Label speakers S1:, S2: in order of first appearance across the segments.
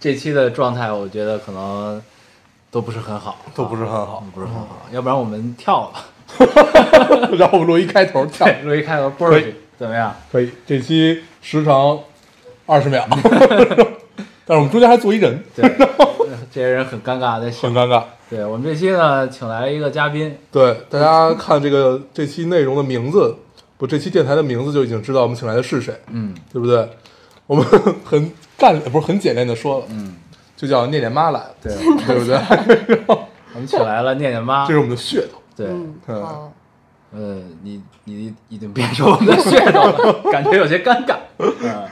S1: 这期的状态，我觉得可能都不是很好，
S2: 都不是很 好，
S1: 不是很好。要不然我们跳了吧，
S2: 然后我们录一开头跳，
S1: 对，录一开头播出去，怎么样？
S2: 可以。这期时长二十秒， 但是我们中间还坐一人，
S1: 对，这些人很尴尬在
S2: 很
S1: 想。
S2: 尴尬。
S1: 对我们这期呢，请来了一个嘉宾，
S2: 对，大家看这个这期内容的名字，不，这期电台的名字就已经知道我们请来的是谁，
S1: 嗯，
S2: 对不对？我们很干， 不是很简练的说了，嗯，就叫念念妈来了，
S1: 对
S2: 对不对？
S1: 我们请来了念念 妈
S2: 这。是我们的噱头。
S1: 对，
S2: 嗯
S3: 好，
S1: 呃，你你已经变成我们的噱头 了，感觉有些尴尬。嗯，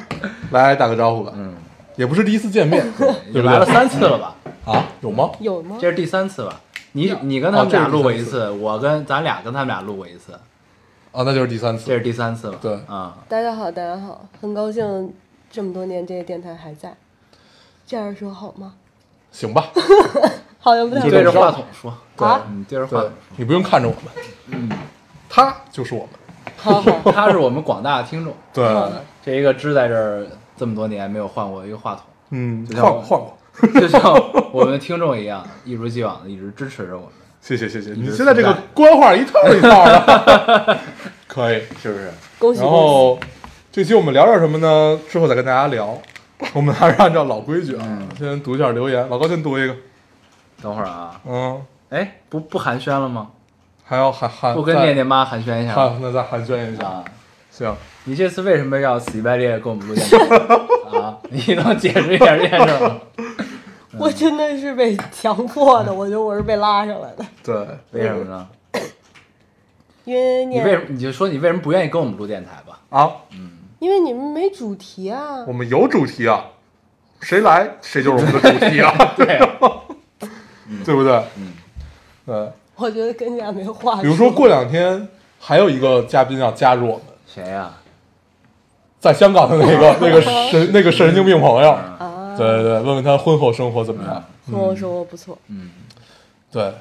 S2: 来打个招呼吧，嗯，也不是第一次见面，
S1: 已
S2: 对
S1: 经
S2: 不
S1: 来了
S2: 对？
S1: 三次了吧？
S2: 啊，有吗？
S3: 有吗？
S1: 这是第三次吧？你你跟他们
S2: 哦这是
S1: 俩录过一
S2: 第三
S1: 次，我跟咱俩跟他们俩录过一次，
S2: 啊，那就是第三
S1: 这
S2: 次。
S1: 是第三次了。
S2: 对
S1: 啊、
S3: 大家好，大家好，很高兴这么多年这个电台还在，这样说好吗？
S2: 行吧，
S3: 好像不太
S2: 就
S1: 你
S2: 这
S1: 对
S2: 么
S1: 着
S2: 着
S1: 话筒说，
S3: 啊
S1: 你对着话
S2: 对
S1: 筒，
S2: 你不用看着我们，嗯，他就是我们，
S3: 好好
S1: 说，他是我们广大的听众，
S2: 对，
S1: 这一个支在这儿这么多年没有换过一个话筒，
S2: 嗯，
S1: 就
S2: 换
S1: 像我
S2: 过换过，
S1: 就像我们的听众一样，一如既往的一直支持着我们，
S2: 谢谢谢谢，
S1: 直
S2: 你现在这个
S1: 存在
S2: 官话一套一套的， 可以。
S1: 是不是？
S3: 恭喜
S2: 然
S3: 恭喜！
S2: 后这期我们聊点什么呢？之后再跟大家聊。我们还是按照老规矩啊，
S1: 嗯
S2: 先读一下留言。老高先读一个，
S1: 等会儿啊，
S2: 嗯，
S1: 哎，不不寒暄了吗？
S2: 还要寒寒，
S1: 不跟
S2: 再
S1: 念念妈寒暄一下吗
S2: 寒，那再寒暄一下。
S1: 啊？
S2: 行，
S1: 你这次为什么要死乞白赖跟我们录电台啊？你能解释一下这件事儿吗？
S3: 我真的是被强迫的，我觉得我是被拉上来的，
S2: 对，
S1: 为什么呢？
S3: 因为
S1: 你为
S3: 念，
S1: 什么你就说你为什么不愿意跟我们录电台吧？
S2: 啊，
S3: 因为你们没主题啊
S2: 我，们有主题啊，谁来谁就是我们的主题啊，
S1: 对啊，
S2: 对不对？嗯，对。
S3: 我觉得跟你俩没话说。
S2: 比如说过两天还有一个嘉宾要加入我们，
S1: 谁啊呀、！
S2: 在香港的那个 那个神那个神经病朋友，
S3: 啊，
S2: 对对对，问问他婚后生活怎么样？
S3: 跟我说我不错，
S2: 对，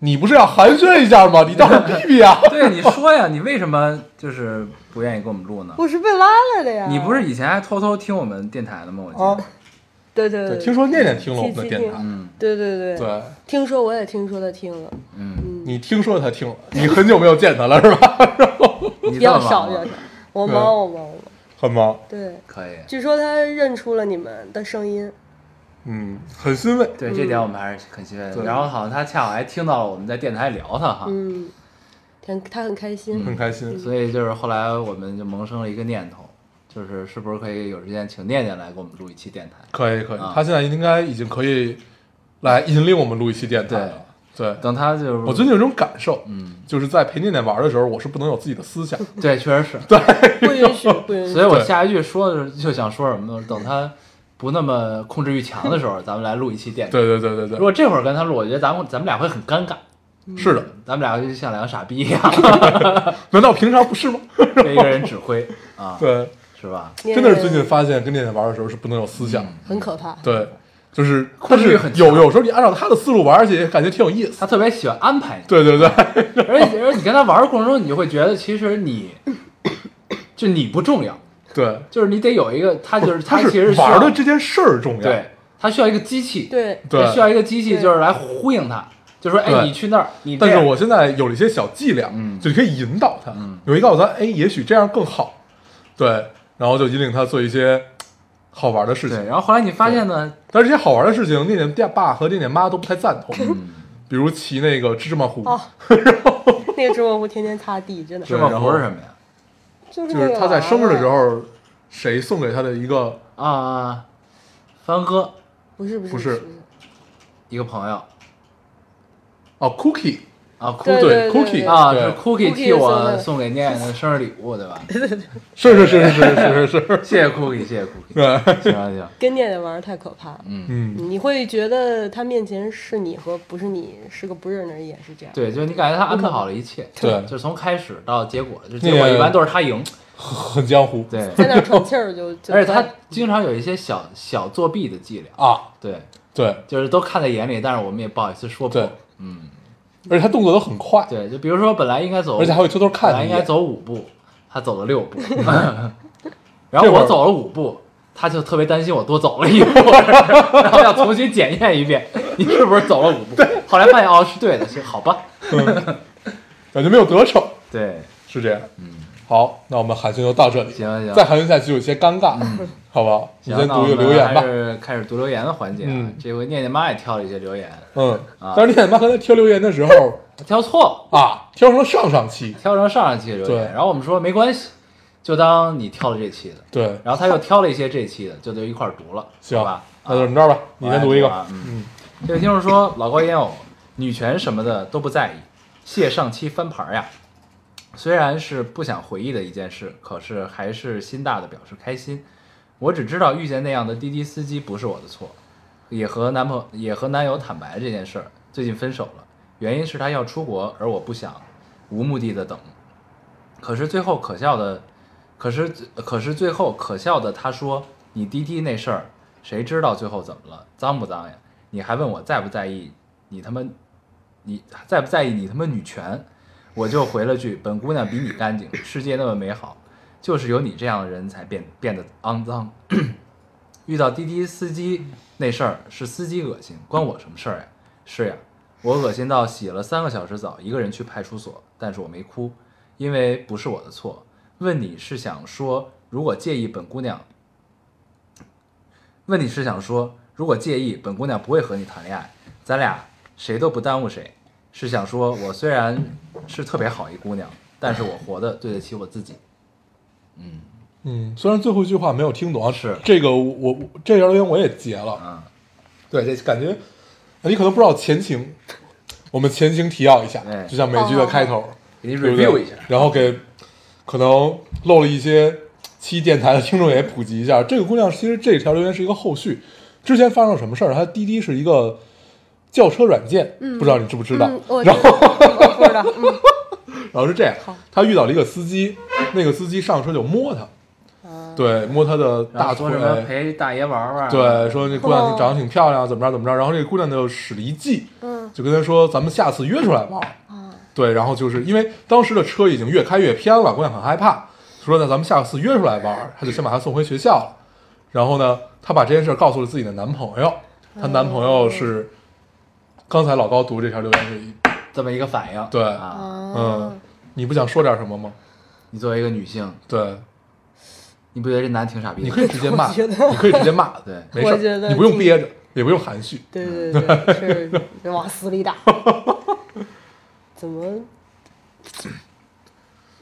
S2: 你不是要寒暄一下吗？你倒是避避啊
S1: 对，你说呀，你为什么就是不愿意跟我们录呢？
S3: 我是被拉来的呀。
S1: 你不是以前还偷偷听我们电台的吗？我记得。
S3: 哦
S2: 啊，
S3: 对？对
S2: 对，
S3: 对，
S2: 听说念念听了我们的
S3: 七七
S2: 电台，
S1: 嗯
S3: 对对对，
S2: 对
S3: 听说我也听说他听了，
S1: 嗯，
S2: 你听说他听了，你很久没有见他了是吧？
S1: 你
S3: 比
S1: 这么
S3: 较
S1: 忙
S3: 少
S1: 吗
S3: 比
S2: 对
S3: 较少，我忙我忙我忙，
S2: 很忙，
S3: 对。
S1: 可以。
S3: 据说他认出了你们的声音，
S2: 嗯，很欣慰。
S1: 对这点
S3: 嗯
S1: 我们还是很欣慰的。
S2: 对
S1: 然后好像他恰好还听到了我们在电台聊他哈，
S3: 嗯，他他很开
S2: 啊
S3: 心，
S2: 很开心，
S1: 所以就是后来我们就萌生了一个念头，就是是不是可以有时间请念念来给我们录一期电台？
S2: 可以可以
S1: 啊，
S2: 他现在应该已经可以来引领我们录一期电台
S1: 对
S2: 了。对，
S1: 等他就是
S2: 我最近有种感受，嗯，就是在陪念念玩的时候，我是不能有自己的 思想，
S1: 对，确实 是。
S3: 不允许不允许
S1: 所以。我
S2: 对
S1: 下一句说的是就想说什么呢？等他不那么控制欲强的时候，咱们来录一期电台。
S2: 对对对对
S1: 如
S2: 对，
S1: 果这会儿跟他录，我觉得咱们咱们俩会很尴尬，
S2: 是的，
S1: 咱们俩就像两个傻逼一样
S2: 难道平常不是吗？
S1: 被一个人指挥啊，
S2: 对，
S1: 是吧？
S3: 念
S2: 真的是最近发现跟念念玩的时候是不能有思想，
S3: 很可怕，
S2: 对，就是
S1: 控
S2: 但
S1: 制欲
S2: 是
S1: 嗯很强
S2: 有有时候你按照他的思路玩，而且感觉挺有意 思。
S1: 他特别喜欢安排你，
S2: 对对 对，
S1: 而且而且你跟他玩的过程中，你就会觉得其实你就你不重要，
S2: 对，
S1: 就是你得有一个他就是
S2: 他
S1: 其实
S2: 是
S1: 需要
S2: 玩的这件事儿重要。
S1: 对他需要一个机器，
S3: 对，
S2: 对
S1: 他需要一个机器
S3: 对
S1: 就是来呼应他，就说哎
S2: 对
S1: 你去那儿，你这
S2: 但是
S1: 样
S2: 我现在有了一些小伎俩，
S1: 嗯
S2: 就可以引导他，有一告诉他，哎，也许这样更好，对，然后就引领他做一些好玩的事情
S1: 对，。然后后来你发现呢，
S2: 但是这些好玩的事情，念念爸和念念妈都不太赞同，
S1: 嗯
S2: 比如骑那个芝麻糊，
S3: 哦那个芝麻糊天天擦地，真的
S1: 芝
S2: 对
S1: 麻
S2: 然
S1: 糊
S2: 后
S1: 是什么呀？
S3: 就是
S2: 就
S3: 那
S2: 是
S3: 个哦
S2: 他在生日的时
S3: 娃娃，
S2: 候，谁送给他的一个
S1: 啊，帆哥
S3: 不是不是
S2: 不
S3: 不
S2: 是
S3: 是，
S1: 一个朋友
S2: 哦 cookie，
S1: 啊，哭
S3: 对
S2: 对
S3: 对
S2: ，cookie
S3: 对
S1: 啊，
S2: 对
S1: 是 Cookie
S3: Cookie
S1: 替
S3: 送
S1: 我
S3: 的
S1: 送给念念的生日礼物，对吧？
S2: 是是是是是是是 是，
S1: 谢谢 Cookie，谢谢 Cookie。
S2: 对，
S1: 行行行，
S3: 跟念念玩儿太可怕了。
S2: 嗯，
S3: 你会觉得他面前是你和不是你是个不认的人，也是这样。
S1: 对，就是你感觉他安排好了一切，
S2: 对
S1: 就是从开始到结果，就
S2: 那
S1: 结
S2: 个
S1: 果一般都是他赢，
S2: 很江湖，
S1: 对。
S3: 在那儿喘气儿就， 就
S1: 而且他
S3: 在
S1: 经常有一些小小作弊的伎俩，
S2: 啊，
S1: 对，
S2: 对，
S1: 就是都看在眼里，但是我们也不好意思说破
S2: 对。
S1: 嗯，
S2: 而且他动作都很快，
S1: 对，就比如说本来应该走，
S2: 而且还会偷偷看
S1: 本来
S2: 你
S1: 应
S2: 一
S1: 该
S2: 眼，
S1: 走五步，他走了六 步，然后
S2: 这会儿
S1: 我走了五步，他就特别担心我多走了一步， 然后要重新检验一遍你是不是走了五步。后来发现哦是对的，行好吧，
S2: 感觉没有得逞，
S1: 对，
S2: 是这样。嗯，好，那我们寒暄就到这里，
S1: 行行
S2: 再寒暄下去有些尴尬，好不好？你
S1: 行，
S2: 先
S1: 那
S2: 读
S1: 我
S2: 一个
S1: 们
S2: 留言吧
S1: 还。是开始读留言的环节啊，
S2: 嗯
S1: 这回念念妈也挑了一些留言，
S2: 嗯，
S1: 啊
S2: 但是念妈刚才挑留言的时候
S1: 她挑错了，
S2: 啊，挑成了上上期，
S1: 挑成上上期的留言，
S2: 对
S1: 然后我们说没关系，就当你挑了这期的，
S2: 对，
S1: 然后他又挑了一些这期的，就都一块儿读了，
S2: 行
S1: 好吧？，啊
S2: 那就这么着吧，你先读一
S1: 我来
S2: 个，
S1: 读啊
S2: 嗯，
S1: 这位听众说，老高烟友，女权什么的都不在意，谢上期翻牌儿呀。虽然是不想回忆的一件事，可是还是心大的表示开心。我只知道遇见那样的滴滴司机不是我的错，也和男朋友也和男友坦白了这件事儿，最近分手了，原因是他要出国，而我不想无目的的等。可是最后可笑的，可是可是最后可笑的，他说你滴滴那事儿，谁知道最后怎么了，脏不脏呀？你还问我在不在意你他妈，你在不在意你他妈女权？我就回了句：本姑娘比你干净，世界那么美好，就是有你这样的人才变变得肮脏。遇到滴滴司机那事儿是司机恶心，关我什么事儿呀？是呀，我恶心到洗了三个小时澡，一个人去派出所，但是我没哭，因为不是我的错。问你是想说，如果介意本姑娘，问你是想说，如果介意，本姑娘不会和你谈恋爱，咱俩谁都不耽误谁。是想说，我虽然是特别好一姑娘，但是我活的对得起我自己。
S2: 嗯，虽然最后一句话没有听懂啊，
S1: 是
S2: 这个我我这条留言我也截了，
S1: 嗯，
S2: 对，这感觉你可能不知道前情，我们前情提要一下
S1: 哎，
S2: 就像美剧的开头，
S1: 给你
S2: 对不对
S1: review 一下。
S2: 然后给可能漏了一些期电台的听众也普及一下。这个姑娘其实这条留言是一个后续，之前发生了什么事儿？她滴滴是一个轿车软件，不知道你知不知道？
S3: 嗯，我
S2: 然后
S3: 我不知道，嗯
S2: 然后是这样
S3: 好，
S2: 她遇到了一个司机，那个司机上车就摸她，
S3: 啊
S2: 对，摸她的
S1: 然
S2: 大
S1: 后说，什
S2: 腿
S1: 么陪大爷玩玩？，
S2: 对，说那姑娘
S3: 哦
S2: 长得挺漂亮，怎么着怎么着。然后这个姑娘就使了一计，
S3: 嗯，啊
S2: 就跟她说咱们下次约出来玩。对，然后就是因为当时的车已经越开越偏了，姑娘很害怕，说那咱们下次约出来玩。她就先把她送回学校了。然后呢，她把这件事告诉了自己的男朋友，她男朋
S3: 哦
S2: 友是刚才老高读这条留言是一，
S1: 这么一个反应。
S2: 对
S1: 啊，
S3: 哦
S2: 嗯，你不想说点什么吗？
S1: 你作为一个女性，
S2: 对，
S1: 你不觉得这男的挺傻逼
S2: 你
S1: 的？
S2: 可以直接骂，
S3: 我觉
S2: 你
S3: 得
S2: 可以直接骂，
S1: 对
S2: 没事
S3: 我觉
S2: 儿，
S3: 得
S2: 你不用
S3: 挺
S2: 憋着，也不用含蓄。
S3: 对对对， 是是往死里打。 怎么？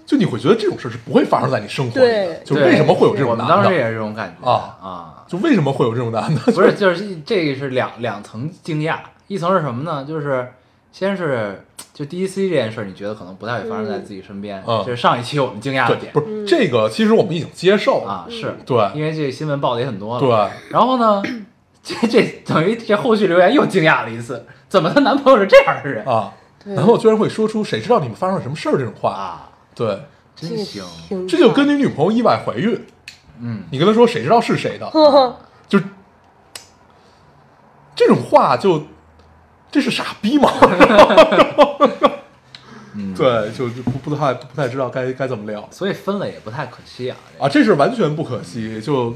S2: 就你会觉得这种事儿是不会发生在你生活里的，
S3: 对
S2: 就为什么会有这种
S1: 我
S2: 男
S1: 们
S2: 的？
S1: 当时也是这种感觉
S2: 啊
S1: 啊，
S2: 就为什么会有这 种男的？
S1: 不是，就是这个是两两层惊讶，一层是什么呢？就是先是就 DC 这件事儿，你觉得可能不太会发生在自己身边，
S2: 嗯
S1: 这是上一期我们惊讶的
S2: 对，
S1: 点
S2: 不是
S3: 嗯
S2: 这个，其实我们已经接受了，
S1: 啊，是
S2: 对
S1: 因为这个新闻报的也很多了。，
S2: 对，
S1: 然后呢，这这等于这后续留言又惊讶了一次，怎么她男朋友是这样的人
S2: 啊，然后居然会说出“谁知道你们发生了什么事儿”这种话，
S1: 啊？
S2: 对，
S1: 真行，
S3: 挺
S2: 这就跟你女朋友意外怀孕，
S1: 嗯，
S2: 你跟她说“谁知道是谁
S3: 嗯
S2: 的”，就这种话就这是傻逼 吗？嗯对，就就不不太不太知道该该怎么聊。
S1: 所以分了也不太可惜啊。
S2: 啊，这是完全不可惜，就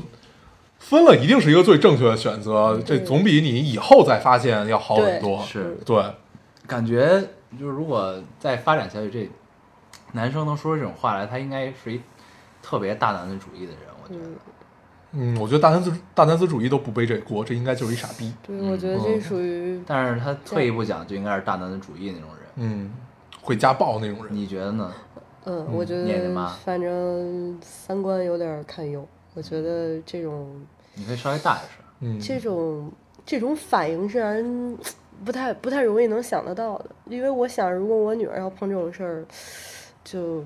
S2: 分了一定是一个最正确的选择，这总比你以后再发现要好很多。
S1: 这是
S2: 嗯对，
S1: 感觉就是如果再发展下去，这男生能说出这种话来，他应该是一特别大男子主义的人，我觉得。
S2: 嗯，我觉得大男子大男子主义都不背这锅，这应该就是一傻逼。
S3: 对，我觉得
S2: 嗯
S3: 这属于
S1: 但是他退一步讲，就应该是大男子主义那种人。
S2: 嗯，会家暴那种人，
S1: 你觉得呢？
S3: 嗯，我觉
S1: 念念
S3: 得
S1: 妈
S3: 反正三观有点儿堪忧。我觉得这种
S1: 你可以稍微大点声。
S2: 嗯，
S3: 这种这种反应是让人不太不太容易能想得到的，因为我想，如果我女儿要碰这种事儿，就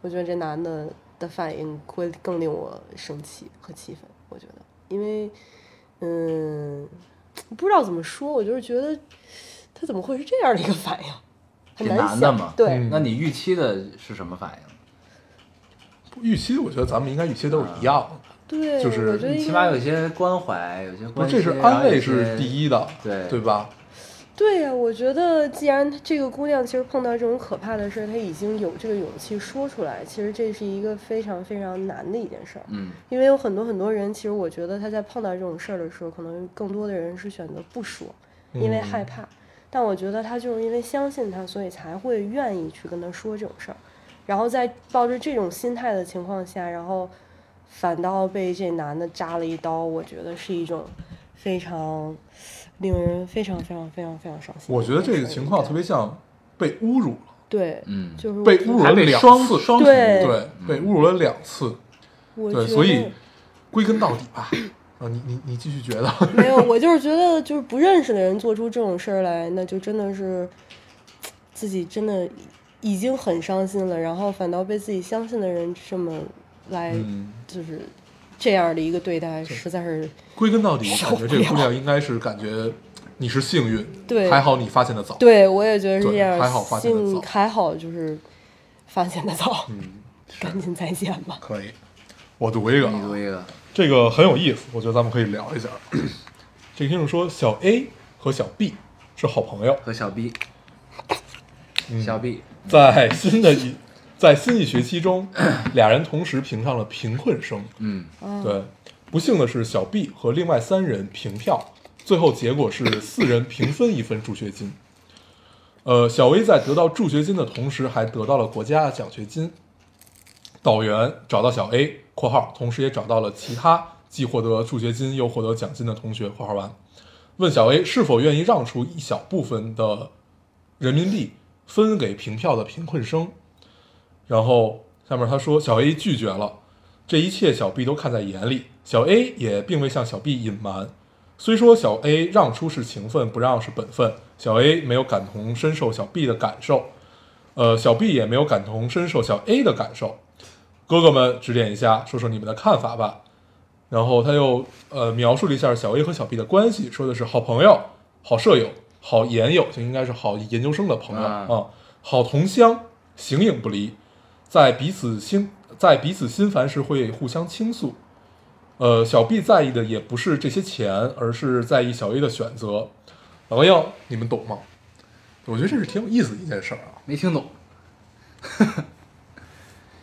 S3: 我觉得这男的的反应会更令我生气和气愤。我觉得，因为嗯，不知道怎么说，我就是觉得他怎么会是这样的一个反应，很
S1: 这
S3: 难
S1: 男
S3: 想。
S1: 的嘛
S3: 对，
S2: 嗯
S1: 那你预期的是什么反应？
S2: 预期我觉得咱们应该预期都是一样的，
S3: 对，
S2: 就是
S3: 我觉得
S1: 你
S3: 应
S1: 起
S3: 该
S1: 码有些关怀，有些
S2: 不
S1: 关
S2: 是
S1: 心，
S2: 这是安
S1: 然后
S2: 慰是
S1: 有些
S2: 第。一的，
S1: 对
S2: 对吧？
S3: 对呀、我觉得既然这个姑娘其实碰到这种可怕的事儿，她已经有这个勇气说出来，其实这是一个非常非常难的一件事儿。
S1: 嗯，
S3: 因为有很多很多人，其实我觉得他在碰到这种事儿的时候，可能更多的人是选择不说，因
S2: 嗯
S3: 为害怕。但我觉得他就是因为相信他，所以才会愿意去跟他说这种事儿。然后在抱着这种心态的情况下，然后反倒被这男的扎了一刀，我觉得是一种非常令人非常非常非常非常伤心的一件事儿。
S2: 我觉得这个情况特别像被侮辱了，
S3: 对，
S1: 嗯
S3: 就是
S2: 被侮
S3: 我
S2: 辱
S1: 还
S2: 了
S1: 被
S2: 两
S1: 双
S2: 次，
S1: 双
S3: 重对嗯
S2: 对，被侮辱了两次，
S3: 我觉
S2: 对，
S3: 得
S2: 所以归根到底吧，啊，你你你继续觉得，
S3: 没有，我就是觉得，就是不认识的人做出这种事儿来，那就真的是自己真的已经很伤心了，然后反倒被自己相信的人这么来，
S2: 嗯，
S3: 就是这样的一个对待，实在是
S2: 归根到底，我感觉这个姑娘应该是感觉你是幸运，
S3: 对
S2: 还好你发现的早，
S3: 对我也觉得是
S2: 对
S3: 这样。
S2: 还好发现得
S3: 幸
S2: 早
S3: 还好就是发现的早，
S2: 嗯，
S3: 赶紧再见吧。
S2: 可以，我读一个啊，
S1: 你
S3: 嗯
S1: 读一个，
S2: 这个很有意思，我觉得咱们可以聊一下。 这个听众说，小 A 和小 B 是好朋友，
S1: 和小 B，
S2: 嗯
S1: 小 B，
S2: 在新的一在新一学期中，俩人同时评上了贫困生。
S1: 嗯，
S2: 对，不幸的是，小 B 和另外三人平票，最后结果是四人平分一份助学金。呃，小 A 在得到助学金的同时，还得到了国家奖学金。导员找到小 A（括号），同时也找到了其他既获得助学金又获得奖金的同学（括号完），问小 A 是否愿意让出一小部分的人民币分给平票的贫困生。然后下面他说，小 A 拒绝了。这一切小 B 都看在眼里，小 A 也并未向小 B 隐瞒。虽说小 A 让出是情分，不让是本分，小 A 没有感同身受小 B 的感受，呃，小 B 也没有感同身受小 A 的感受。哥哥们指点一下，说说你们的看法吧。然后他又呃描述了一下小 A 和小 B 的关系，说的是好朋友、好舍友、好研友，就应该是好研究生的朋友
S1: 啊
S2: 啊、好同乡，形影不离，在彼此心在彼此心烦时会互相倾诉。呃，小 B 在意的也不是这些钱，而是在意小 A 的选择。老英，你们懂吗？我觉得这是挺有意思的一件事儿啊。
S1: 没听懂。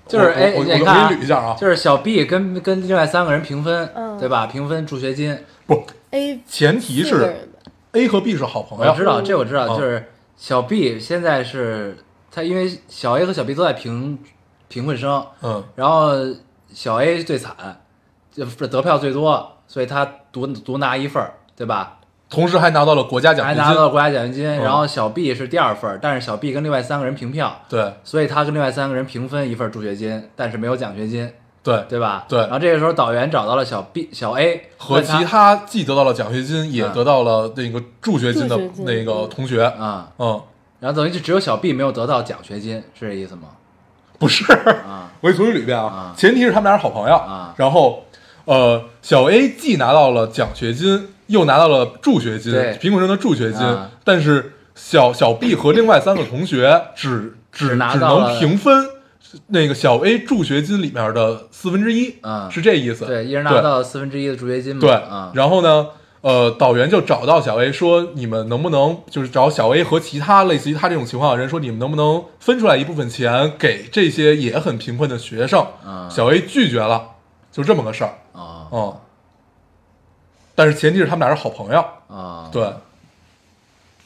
S1: 就是
S2: 我
S1: 哎，
S2: 我我
S1: 你
S2: 我
S1: 看啊
S2: 给你捋一下啊
S1: 就是小 B 跟跟另外三个人平分，
S3: 嗯
S1: 对吧？平分助学金，
S2: 不，
S3: A
S2: 前提
S3: 哎四个
S2: 是
S3: 人吧
S2: A 和 B 是好朋
S1: 我
S2: 友，
S1: 知道，这我知道，
S2: 嗯
S1: 就是小 B 现在是他，因为小 A 和小 B 都在贫贫困生，
S2: 嗯，
S1: 然后小 A 最惨，就不是得票最多，所以他独独拿一份儿，对吧？
S2: 同时还拿到了国家奖
S1: 还
S2: 学
S1: 拿到
S2: 金，哦
S1: 了国家奖学金，然后小 B 是第二份儿，但是小 B 跟另外三个人平票，
S2: 对
S1: 所以他跟另外三个人平分一份助学金，但是没有奖学金，
S2: 对
S1: 对吧？
S2: 对
S1: 然后这个时候导员找到了小 B、小 A
S2: 和
S1: 问
S2: 其他既得到了奖学金，也
S1: 嗯
S2: 得到了那个助学金的
S3: 助学金
S2: 那个同学，
S1: 啊，
S2: 嗯，
S1: 然后等于就只有小 B 没有得到奖学金，是这意思吗？
S2: 不是，
S1: 啊，
S2: 我给你重新捋一遍啊
S1: 啊，
S2: 前提是他们俩是好朋友
S1: 啊
S2: 然后呃，小 A 既拿到了奖学金，又拿到了助学金
S1: 对，
S2: 贫困生的助学金，
S1: 啊
S2: 但是小小 B 和另外三个同学只只
S1: 只拿
S2: 只
S1: 到
S2: 能
S1: 了
S2: 平分那个小 A 助学金里面的四分之一，
S1: 啊
S2: 是这意思，
S1: 对，一人拿到四分之一的助学金嘛。
S2: 对，
S1: 啊，
S2: 然后呢，呃，导员就找到小 A 说，你们能不能就是找小 A 和其他类似于他这种情况的人说，你们能不能分出来一部分钱给这些也很贫困的学生？
S1: 嗯
S2: 小 A 拒绝了，就这么个事儿，
S1: 啊
S2: 嗯。但是前提是他们俩是好朋友，
S1: 啊，
S2: 对，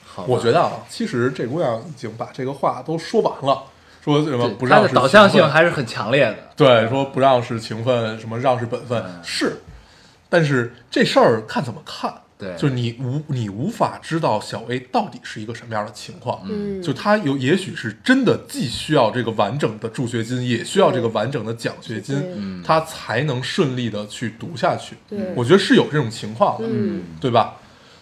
S1: 好吧，
S2: 我觉得啊，其实这姑娘已经把这个话都说完了，说什么
S1: 对
S2: 不
S1: 它
S2: 让
S1: 的
S2: 是
S1: 导向
S2: 情
S1: 性
S2: 分
S1: 还是很强烈的。
S2: 对，说不让是情分，什么让是本分，
S3: 嗯
S2: 是，但是这事儿看怎么看，
S1: 对
S2: 就是你无你无法知道小 A 到底是一个什么样的情况，
S3: 嗯
S2: 就他有也许是真的既需要这个完整的助学金，也需要这个完整的奖学
S3: 对
S2: 金，他才能顺利的去读下去，
S3: 嗯对
S2: 我觉得是有这种情况的，
S3: 嗯
S2: 对吧？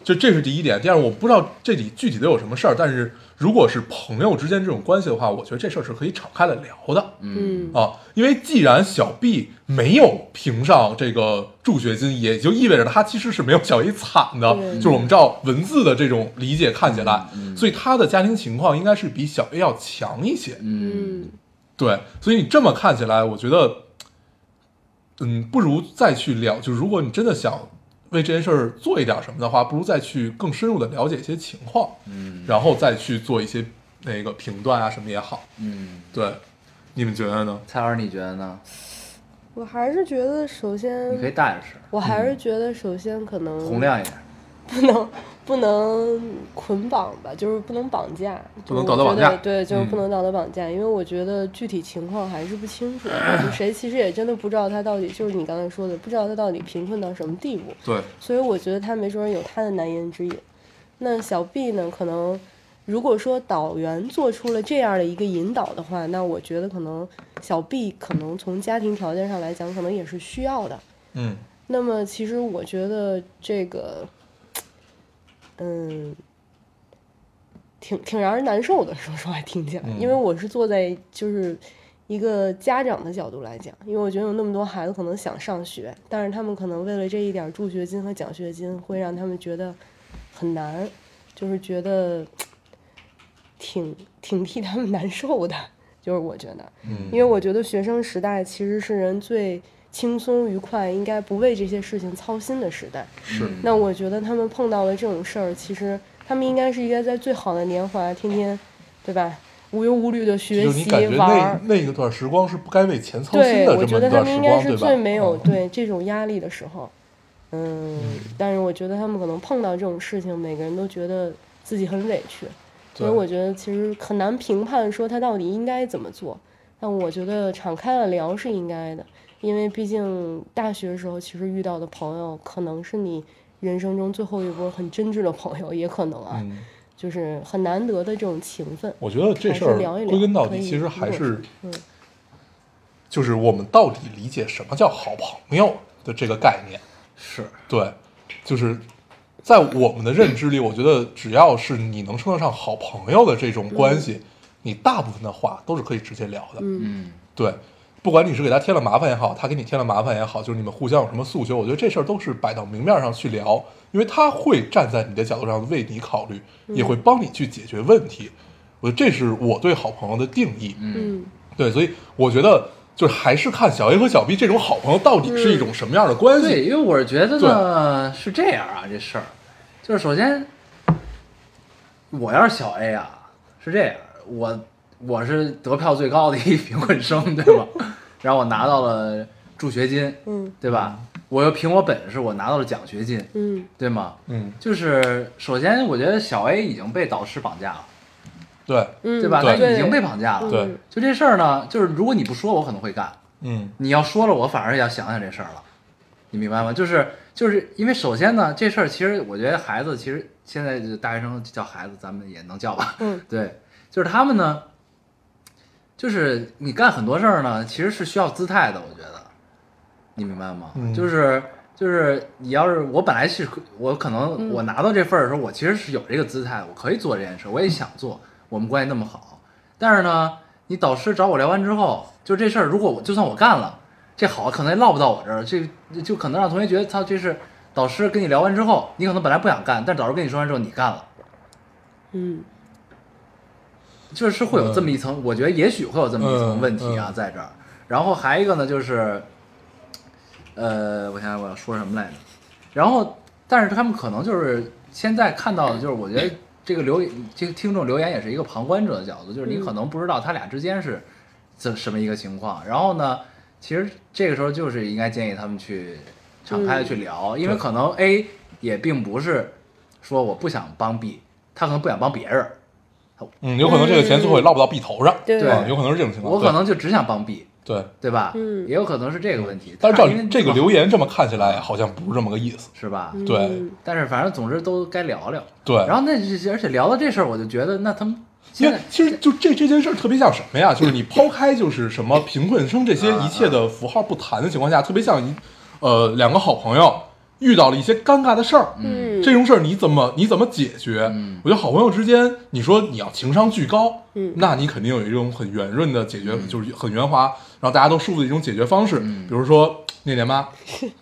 S2: 就这是第一点。第二，我不知道这里具体的有什么事儿，但是如果是朋友之间这种关系的话，我觉得这事儿是可以敞开来聊的。
S3: 嗯，
S2: 啊，因为既然小 B 没有评上这个助学金，也就意味着他其实是没有小 A 惨的，
S3: 对
S2: 就是我们照文字的这种理解看起来，所以他的家庭情况应该是比小 A 要强一些。
S1: 嗯，
S3: 嗯，
S2: 对，所以你这么看起来，我觉得，嗯，不如再去聊，就如果你真的想为这件事儿做一点什么的话，不如再去更深入的了解一些情况，嗯，然后再去做一些那个评断啊什么也好。
S1: 嗯，
S2: 对，你们觉得呢？
S1: 蔡老师你觉得呢？
S3: 我还是觉得首
S1: 你可以
S3: 先，
S1: 大点声，
S3: 我还
S2: 嗯
S3: 是觉得首先可能
S1: 洪亮一点。
S3: 不能不能捆绑吧，就是不能绑架，
S2: 不能
S3: 就是
S2: 道
S3: 我
S2: 德绑
S3: 觉得
S2: 架
S3: 对，就是
S2: 嗯
S3: 不能道德绑架，因为我觉得具体情况还是不 清楚，就谁其实也真的不知道他到底，就是你刚才说的，不知道他到底贫困到什么地步，
S2: 对，
S3: 所以我觉得他没准儿有他的难言之隐。那小 B 呢，可能如果说导员做出了这样的一个引导的话，那我觉得可能小 B 可能从家庭条件上来讲，可能也是需要的。
S2: 嗯
S3: 那么其实我觉得这个，嗯，挺挺让人难受的。说实话，听起来，因为我是坐在就是一个家长的角度来讲，因为我觉得有那么多孩子可能想上学，但是他们可能为了这一点助学金和奖学金，会让他们觉得很难，就是觉得挺挺替他们难受的。就是我觉得，
S2: 嗯
S3: 因为我觉得学生时代其实是人最轻松愉快、应该不为这些事情操心的时代。
S2: 是嗯
S3: 那我觉得他们碰到了这种事儿，其实他们应该是应该在最好的年华，天天，对吧？无忧无虑的学
S2: 就是你
S3: 习
S2: 感觉
S3: 玩
S2: 那
S3: 儿。
S2: 那一段时光是不该为钱操心
S3: 对，
S2: 的
S3: 我
S2: 这
S3: 觉
S2: 么
S3: 得
S2: 一
S3: 他
S2: 段
S3: 们
S2: 时
S3: 应该
S2: 光，
S3: 是
S2: 对吧？
S3: 最没有
S2: 嗯
S3: 对这种压力的时候。嗯，但是我觉得他们可能碰到这种事情，每个人都觉得自己很委屈，所
S2: 对
S3: 以我觉得其实很难评判说他到底应该怎么做。但我觉得敞开了聊是应该的，因为毕竟大学的时候其实遇到的朋友，可能是你人生中最后一波很真挚的朋友，也可能啊，
S2: 嗯，
S3: 就是很难得的这种情分。
S2: 我觉得这事
S3: 还
S2: 儿
S3: 是聊一聊
S2: 归根到
S3: 可
S2: 底，
S3: 以
S2: 其实还
S3: 如
S2: 是
S3: 果嗯
S2: 就是我们到底理解什么叫好朋友的这个概念。
S1: 是，
S2: 对，就是在我们的认知里，我觉得只要是你能称得上好朋友的这种关
S3: 嗯
S2: 系，你大部分的话都是可以直接聊的。
S1: 嗯
S2: 对，不管你是给他添了麻烦也好，他给你添了麻烦也好，就是你们互相有什么诉求，我觉得这事儿都是摆到明面上去聊，因为他会站在你的角度上为你考虑，也
S3: 嗯
S2: 会帮你去解决问题。我觉得这是我对好朋友的定义。
S3: 嗯
S2: 对，所以我觉得就是还是看小 A 和小 B 这种好朋友到底是一
S3: 嗯
S2: 种什么样的关系。
S1: 对，因为我是觉得呢是这样啊，这事儿就是首先，我要是小 A 啊，是这样，我我是得票最高的一贫困生，对吧？然后我拿到了助学金，
S3: 嗯
S1: 对吧？我又凭我本事，我拿到了奖学金，
S3: 嗯
S1: 对吗？
S2: 嗯，
S1: 就是首先，我觉得小 A 已经被导师绑架了，
S2: 对，
S3: 嗯，
S1: 对吧？他
S2: 对
S1: 已经被绑架了。
S2: 对
S3: 嗯
S1: 就这事儿呢，就是如果你不说，我可能会干；
S2: 嗯
S1: 你要说了，我反而要想想这事儿了，你明白吗？就是就是因为首先呢，这事儿其实我觉得孩子其实现在就大学生叫孩子，咱们也能叫吧？
S3: 嗯，
S1: 对，就是他们呢，就是你干很多事儿呢，其实是需要姿态的，我觉得，你明白吗？
S2: 嗯
S1: 就是就是你要是我本来是可我可能我拿到这份儿的时候，我其实是有这个姿态，我可以做这件事，我也想做，我们关系那么好，但是呢，你导师找我聊完之后，就这事儿，如果我就算我干了，这好可能也落不到我这儿，这就可能让同学觉得他这是导师跟你聊完之后，你可能本来不想干，但导师跟你说完之后你干了。
S3: 嗯
S1: 就是会有这么一层，我觉得也许会有这么一层问题啊，
S2: 嗯嗯嗯
S1: 在这儿。然后还一个呢，就是，呃，我想想我要说什么来着。然后，但是他们可能就是现在看到的，就是我觉得这个留言这个听众留言也是一个旁观者的角度，就是你可能不知道他俩之间是怎什么一个情况。然后呢，其实这个时候就是应该建议他们去敞开的去聊，因为可能 A 也并不是说我不想帮 B，他可能不想帮别人。
S2: 嗯，有可能这个钱最后也落不到 B 头上，
S3: 对
S2: 啊有可能是这种情况。
S1: 我可能就只想帮 B，
S2: 对，对
S1: 对吧？
S3: 嗯
S1: 也有可能是这个问题。
S2: 但是照
S1: 因为
S2: 这个留言这么看起来，好像不是这么个意思。
S1: 是吧？
S3: 嗯
S2: 对
S1: 但是反正总之都该聊聊。
S2: 对
S1: 然后那而且聊到这事儿，我就觉得那他们
S2: 因
S1: 现
S2: 为
S1: 在
S2: 其实就这这件事儿特别像什么呀？就是你抛开就是什么
S1: 啊
S2: 贫困生这些一切的符号不谈的情况下，特别像一呃两个好朋友遇到了一些尴尬的事儿，
S3: 嗯，
S2: 这种事儿你怎么你怎么解决？
S1: 嗯
S2: 我觉得好朋友之间，你说你要情商巨高，
S3: 嗯
S2: 那你肯定有一种很圆润的解决，就是很圆滑，然后大家都舒服的一种解决方式。
S1: 嗯
S2: 比如说念 念妈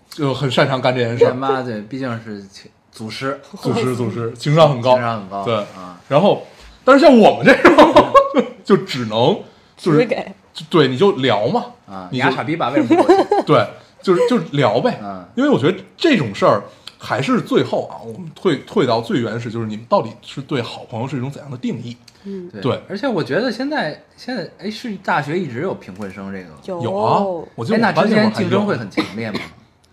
S2: 就很擅长干这件事
S1: 他
S2: 儿，
S1: 妈这啊毕竟是祖师，
S2: 组织组 织，情商很高，
S1: 情商很高
S2: 对
S1: 啊。
S2: 然后，但是像我们这种， 就只能就
S3: 只
S2: 是
S3: 给
S2: 就对，你就聊嘛，
S1: 啊，
S2: 你
S1: 俩
S2: 就
S1: 傻逼吧？为什么不过 去？
S2: 对，就是就是聊呗
S1: 嗯，
S2: 因为我觉得这种事儿还是最后啊，我们退退到最原始，就是你们到底是对好朋友是一种怎样的定义？对
S1: 而且我觉得现在现在哎，是大学一直有贫困生这个吗。
S3: 有
S2: 有啊，我记
S1: 哎，
S2: 得
S1: 那
S2: 我班
S1: 之
S2: 那会儿
S1: 间
S2: 还有
S1: 竞争会很强 烈吗？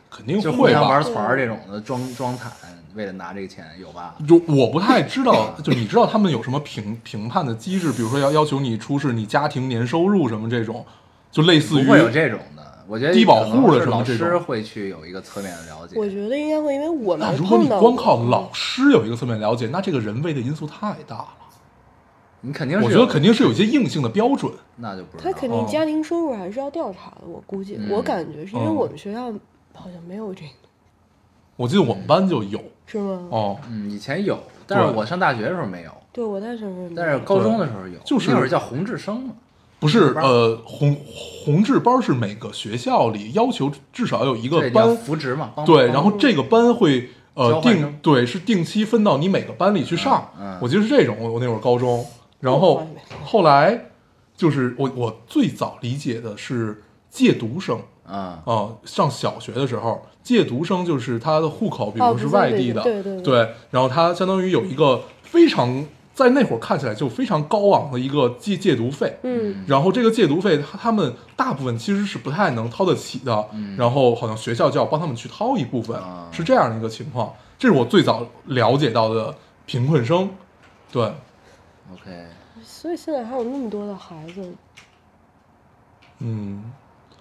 S2: 肯定
S1: 就互
S2: 会
S1: 相
S2: 吧
S1: 玩。团儿这种的装装惨，为了拿这个钱有吧？
S2: 就我不太知道，就你知道他们有什么评评判的机制？比如说要要求你出示你家庭年收入什么这种，就类似于
S1: 不会有这种的。我觉得
S2: 低保户
S1: 可能
S2: 的
S1: 是
S2: 什么
S1: 老
S2: 这种
S1: 师会去有一个侧面的了解。
S3: 我觉得应该会，因为我
S2: 那
S3: 没
S2: 如果你
S3: 碰到
S2: 光
S3: 过
S2: 靠老师有一个侧面了解，那这个人为的因素太大了。
S1: 你肯定是
S2: 我
S1: 有，
S2: 觉得肯定是有一些硬性的标准。
S1: 那就不知道
S3: 他
S1: 了。
S3: 肯
S2: 哦
S3: 定家庭收入还是要调查的，我估计，
S1: 嗯
S3: 我感觉是因为
S2: 嗯
S3: 我们学校好像没有这个，
S2: 我记得我们班就有
S3: 是吗？
S2: 哦，
S1: 嗯，以前有，但是
S2: 对
S1: 我上大学的时候没有，
S3: 对，我在身份，
S1: 但是高中的时候有，
S2: 就是
S1: 那会儿叫红智生嘛。
S2: 不是
S1: 嗯班
S2: 呃红红志班是每个学校里要求至少有一个
S1: 对，叫
S2: 班，
S1: 扶植嘛，帮
S2: 对，
S1: 帮
S2: 然后这个班会呃
S1: 交换生
S2: 定对是定期分到你每个班里去上
S1: 嗯嗯，
S2: 我记得是这种，我我那会儿高中，然
S3: 我
S2: 后
S3: 好像没
S2: 后来就是我我最早理解的是借读生。
S1: 啊，
S2: 啊，上小学的时候，借读生就是他的户口，比
S3: 哦
S2: 如是外地的，
S3: 不在北京对对对
S2: 然后他相当于有一个非常在那会儿看起来就非常高昂的一个借借读费，
S3: 嗯，
S2: 然后这个借读费他他们大部分其实是不太能掏得起的，
S1: 嗯
S2: 然后好像学校就要帮他们去掏一部分，
S1: 啊
S2: 是这样的一个情况，这是我最早了解到的贫困生，对，
S1: ，OK，
S3: 所以现在还有那么多的孩子，
S2: 嗯，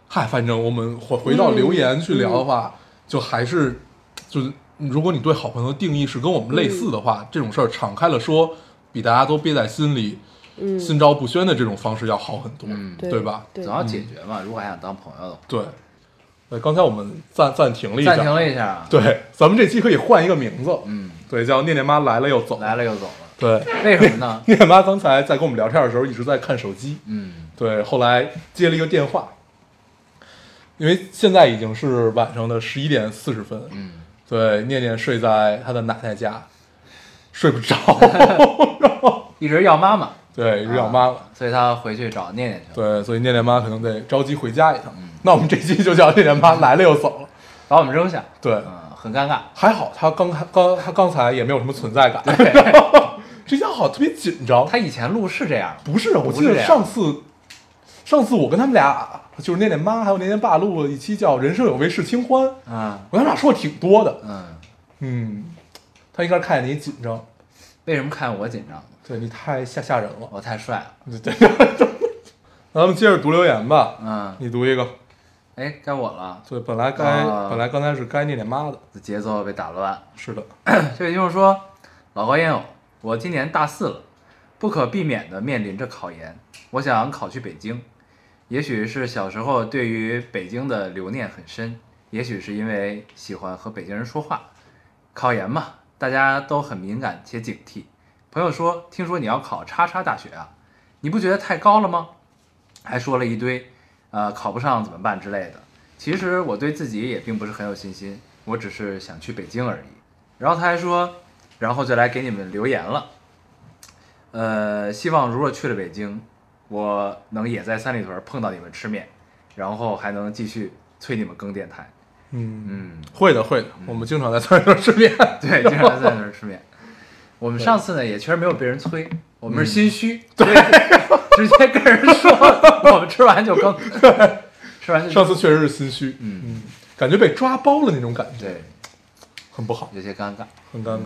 S2: 嗨，反正我们回回到留言去聊的话，就还是就是，如果你对好朋友的定义是跟我们类似的
S3: 嗯
S2: 话，这种事儿敞开了说，比大家都憋在心里、
S3: 嗯，
S2: 心照不宣的这种方式要好很多，
S1: 嗯
S3: 对
S2: 对吧？
S3: 对
S1: 总，要解决嘛。如果还想当朋友的话，
S2: 对，呃，刚才我们暂暂停了一下，
S1: 暂停了一下，，啊
S2: 对，咱们这期可以换一个名字，
S1: 嗯，
S2: 对，叫念念妈来了又走。
S1: 来了又走了，
S2: 对，
S1: 为什么呢？
S2: 念念妈刚才在跟我们聊天的时候一直在看手机，
S1: 嗯，
S2: 对，后来接了一个电话，因为现在已经是晚上的十一点四十分，
S1: 嗯，
S2: 对，念念睡在她的奶奶家，睡不着，然后
S1: 一直要妈妈，
S2: 对，要妈了，
S1: 所以他回去找念念去了，
S2: 对，所以念念妈可能得着急回家一趟。
S1: 嗯
S2: 那我们这期就叫念念妈来了又走了，
S1: 把我们扔下，
S2: 对，
S1: 嗯，很尴尬，
S2: 还好她刚刚她刚才也没有什么存在感， 这家好像特别紧张，
S1: 他以前录是这样，
S2: 不是，我
S1: 不
S2: 记
S1: 是
S2: 得
S1: 这样
S2: 上次，上次我跟他们俩，就是那年妈还有那年爸录了一期叫《人生有味是清欢》，
S1: 啊，
S2: 我跟他们俩说的挺多的。
S1: 嗯，
S2: 嗯，他应该是看见你紧张，
S1: 为什么看我紧张？
S2: 对你太吓吓人了。
S1: 我太帅了，
S2: 对对， 咱们接着读留言吧。
S1: 嗯，
S2: 你读一个，
S1: 哎，该我了，
S2: 对，本来该、
S1: 啊
S2: 本来刚才是该念念妈的，
S1: 节奏被打乱。
S2: 是的，
S1: 这位听众说：“老高烟友，我今年大四了，不可避免地面临着考研。我想考去北京，也许是小时候对于北京的留念很深，也许是因为喜欢和北京人说话。考研嘛，大家都很敏感且警惕。朋友说，听说你要考叉叉大学啊，你不觉得太高了吗？还说了一堆，呃，考不上怎么办之类的。其实我对自己也并不是很有信心，我只是想去北京而已。然后他还说，然后就来给你们留言了。呃，希望如果去了北京，我能也在三里屯碰到你们吃面，然后还能继续催你们更电台。
S2: 嗯，
S1: 嗯，
S2: 会的会的，我们经常在三里屯吃面，
S1: 对，经常在那儿吃面。我们上次呢也确实没有被人催，我们是心虚，对，直 接跟人说我们吃完就更， 吃完就
S2: 上
S1: 更
S2: 次确实是心虚，
S1: 嗯
S2: 嗯，感觉被抓包了那种感觉，
S1: 对，
S2: 很不好，
S1: 有些尴尬。
S2: 很尴尬。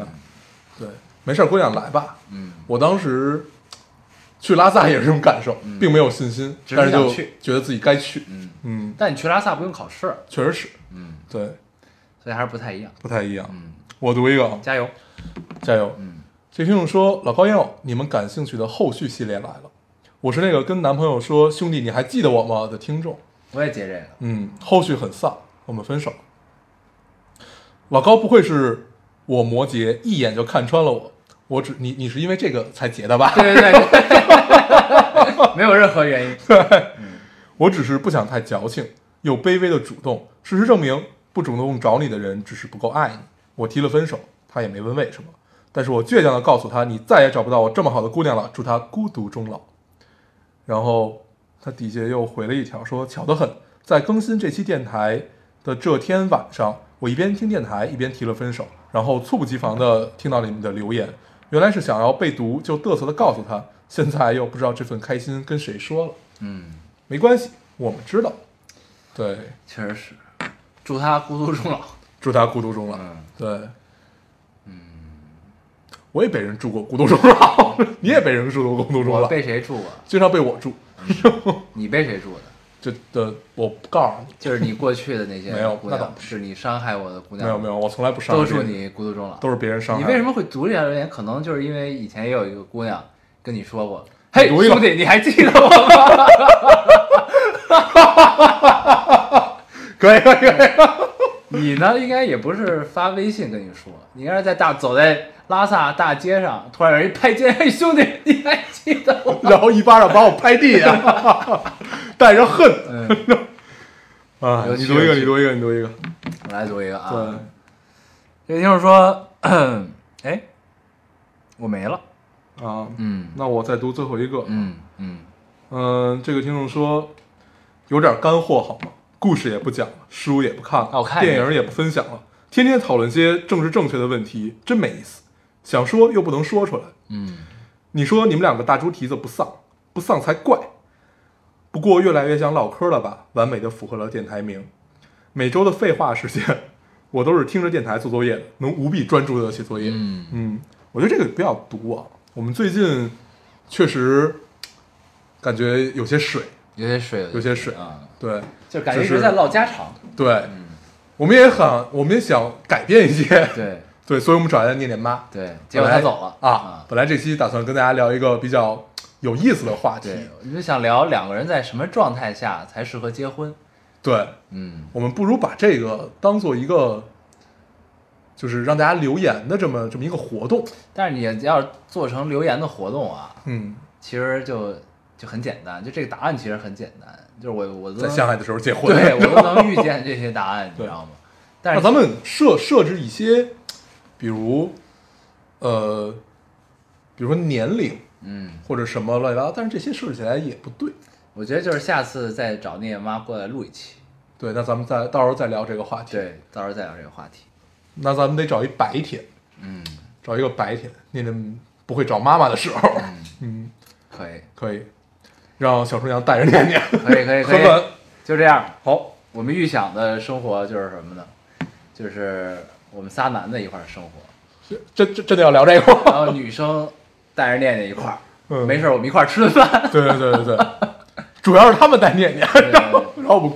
S2: 对，没事儿，姑娘来吧，
S1: 嗯，
S2: 我当时去拉萨也是这种感受，并没有信心，
S1: 嗯只是
S2: 但是就
S1: 想去
S2: 觉得自己该去。
S1: 嗯
S2: 嗯，
S1: 但你去拉萨不用考试，
S2: 确实是，
S1: 嗯，
S2: 对，
S1: 所以还是不太一样。
S2: 不太一样。
S1: 嗯，
S2: 我读一个，啊，
S1: 加油。
S2: 加油！
S1: 嗯
S2: 这听众说，老高要你们感兴趣的后续系列来了。我是那个跟男朋友说“兄弟，你还记得我吗”的听众。
S1: 我也接这个。
S2: 嗯，后续很丧，我们分手了。老高不会是我摩羯一眼就看穿了我，我只你你是因为这个才结的吧？
S1: 对对对， 没有任何原因。
S2: 我只是不想太矫情，又卑微的主动。事实证明，不主动找你的人只是不够爱你。我提了分手，他也没问为什么，但是我倔强的告诉他，你再也找不到我这么好的姑娘了，祝她孤独终老。然后他底下又回了一条说：“巧得很，在更新这期电台的这天晚上，我一边听电台一边提了分手，然后猝不及防的听到了你们的留言，原来是想要被读，就嘚瑟的告诉他，现在又不知道这份开心跟谁说了。
S1: 嗯，
S2: 没关系，我们知道。对，
S1: 确实是，祝他孤独终老。
S2: 祝他孤独终老。
S1: 嗯
S2: 对，嗯，我也被人祝过孤独终 老，你也被人祝过孤独终
S1: 我
S2: 老，
S1: 被谁住过？啊
S2: 经常被我祝。
S1: 你被谁住的？
S2: 这的我不告诉
S1: 就是你过去的那些
S2: 没有
S1: 姑
S2: 那倒
S1: 娘，
S2: 不
S1: 是你伤害我的姑
S2: 你，
S1: 娘，
S2: 没有没有，我从来不伤害
S1: 都
S2: 别
S1: 祝
S2: 人，
S1: 你孤独终老。
S2: 都是别人伤害。
S1: 你为什么会读这条留言？可能就是因为以前也有一个姑娘跟你说过，嘿，
S2: 读一个
S1: 兄弟，你还记得我吗？
S2: 可以可以可以，
S1: 你呢，应该也不是发微信跟你说，你应该是在大走在拉萨大街上，突然有人一拍肩，嘿，哎兄弟，你还记得我？
S2: 然后一巴掌把我拍地下， 带着恨
S1: 嗯，
S2: 啊！
S1: 有
S2: 你
S1: 趣
S2: 读一
S1: 有趣
S2: 个，你读一个，你读一个。
S1: 我来读一个啊。
S2: 对，
S1: 这个听众说，咳哎，我没了。
S2: 啊，
S1: 嗯
S2: 那我再读最后一个。
S1: 嗯嗯，
S2: 嗯，这个听众说有点干货好吗？故事也不讲了，书也不看了，
S1: 哦我看
S2: 电
S1: 一
S2: 影也不分享了，天天讨论些政治正确的问题，真没意思。想说又不能说出来。
S1: 嗯，
S2: 你说你们两个大猪蹄子不丧，不丧才怪。不过越来越像唠嗑了吧？完美的符合了电台名。每周的废话时间，我都是听着电台做作业的，能无比专注的写作业。
S1: 嗯
S2: 我觉得这个比较毒啊。我们最近确实感觉有些水，
S1: 有些水，
S2: 有些水
S1: 啊，
S2: 对，
S1: 就感觉一
S2: 只
S1: 直
S2: 是
S1: 在唠家常。
S2: 对，我们也很，我们也想改变一些，
S1: 对
S2: 对，所以我们找来念念妈，
S1: 对，结果他走了嗯
S2: 本来啊。本来这期打算跟大家聊一个比较有意思的话题，
S1: 对，我就想聊两个人在什么状态下才适合结婚。
S2: 对，
S1: 嗯，
S2: 我们不如把这个当做一个，就是让大家留言的这么这么一个活动，
S1: 但是你要做成留言的活动啊，
S2: 嗯，
S1: 其实就就很简单，就这个答案其实很简单，就是我我都
S2: 在
S1: 能
S2: 相爱的时候结婚，
S1: 对我都能预见这些答 案，你知
S2: 对
S1: 道吗？但
S2: 那
S1: 是
S2: 咱们设设置一些，比如，呃，比如说年龄
S1: 嗯，
S2: 或者什么乱七八糟，但是这些设置起来也不对，
S1: 我觉得就是下次再找聂妈过来录一期，
S2: 对，那咱们再到时候再聊这个话题。，
S1: 对，到时候再聊这个话题。
S2: 那咱们得找一白天，
S1: 嗯，
S2: 找一个白天，念念不会找妈妈的时候，嗯，
S1: 可以，
S2: 可以，让小厨娘带着念念
S1: 可以，可以，
S2: 喝
S1: 可以，
S2: 饭。
S1: 就这样。
S2: 好，
S1: 我们预想的生活就是什么呢？就是我们仨男的一块儿生活，
S2: 这这真的要聊这个吗？
S1: 然后女生带着念念一块儿，
S2: 嗯
S1: 没事儿我们一块儿吃顿饭。
S2: 对对对对对，主要是他们带念念，
S1: 对
S2: 然后然后我们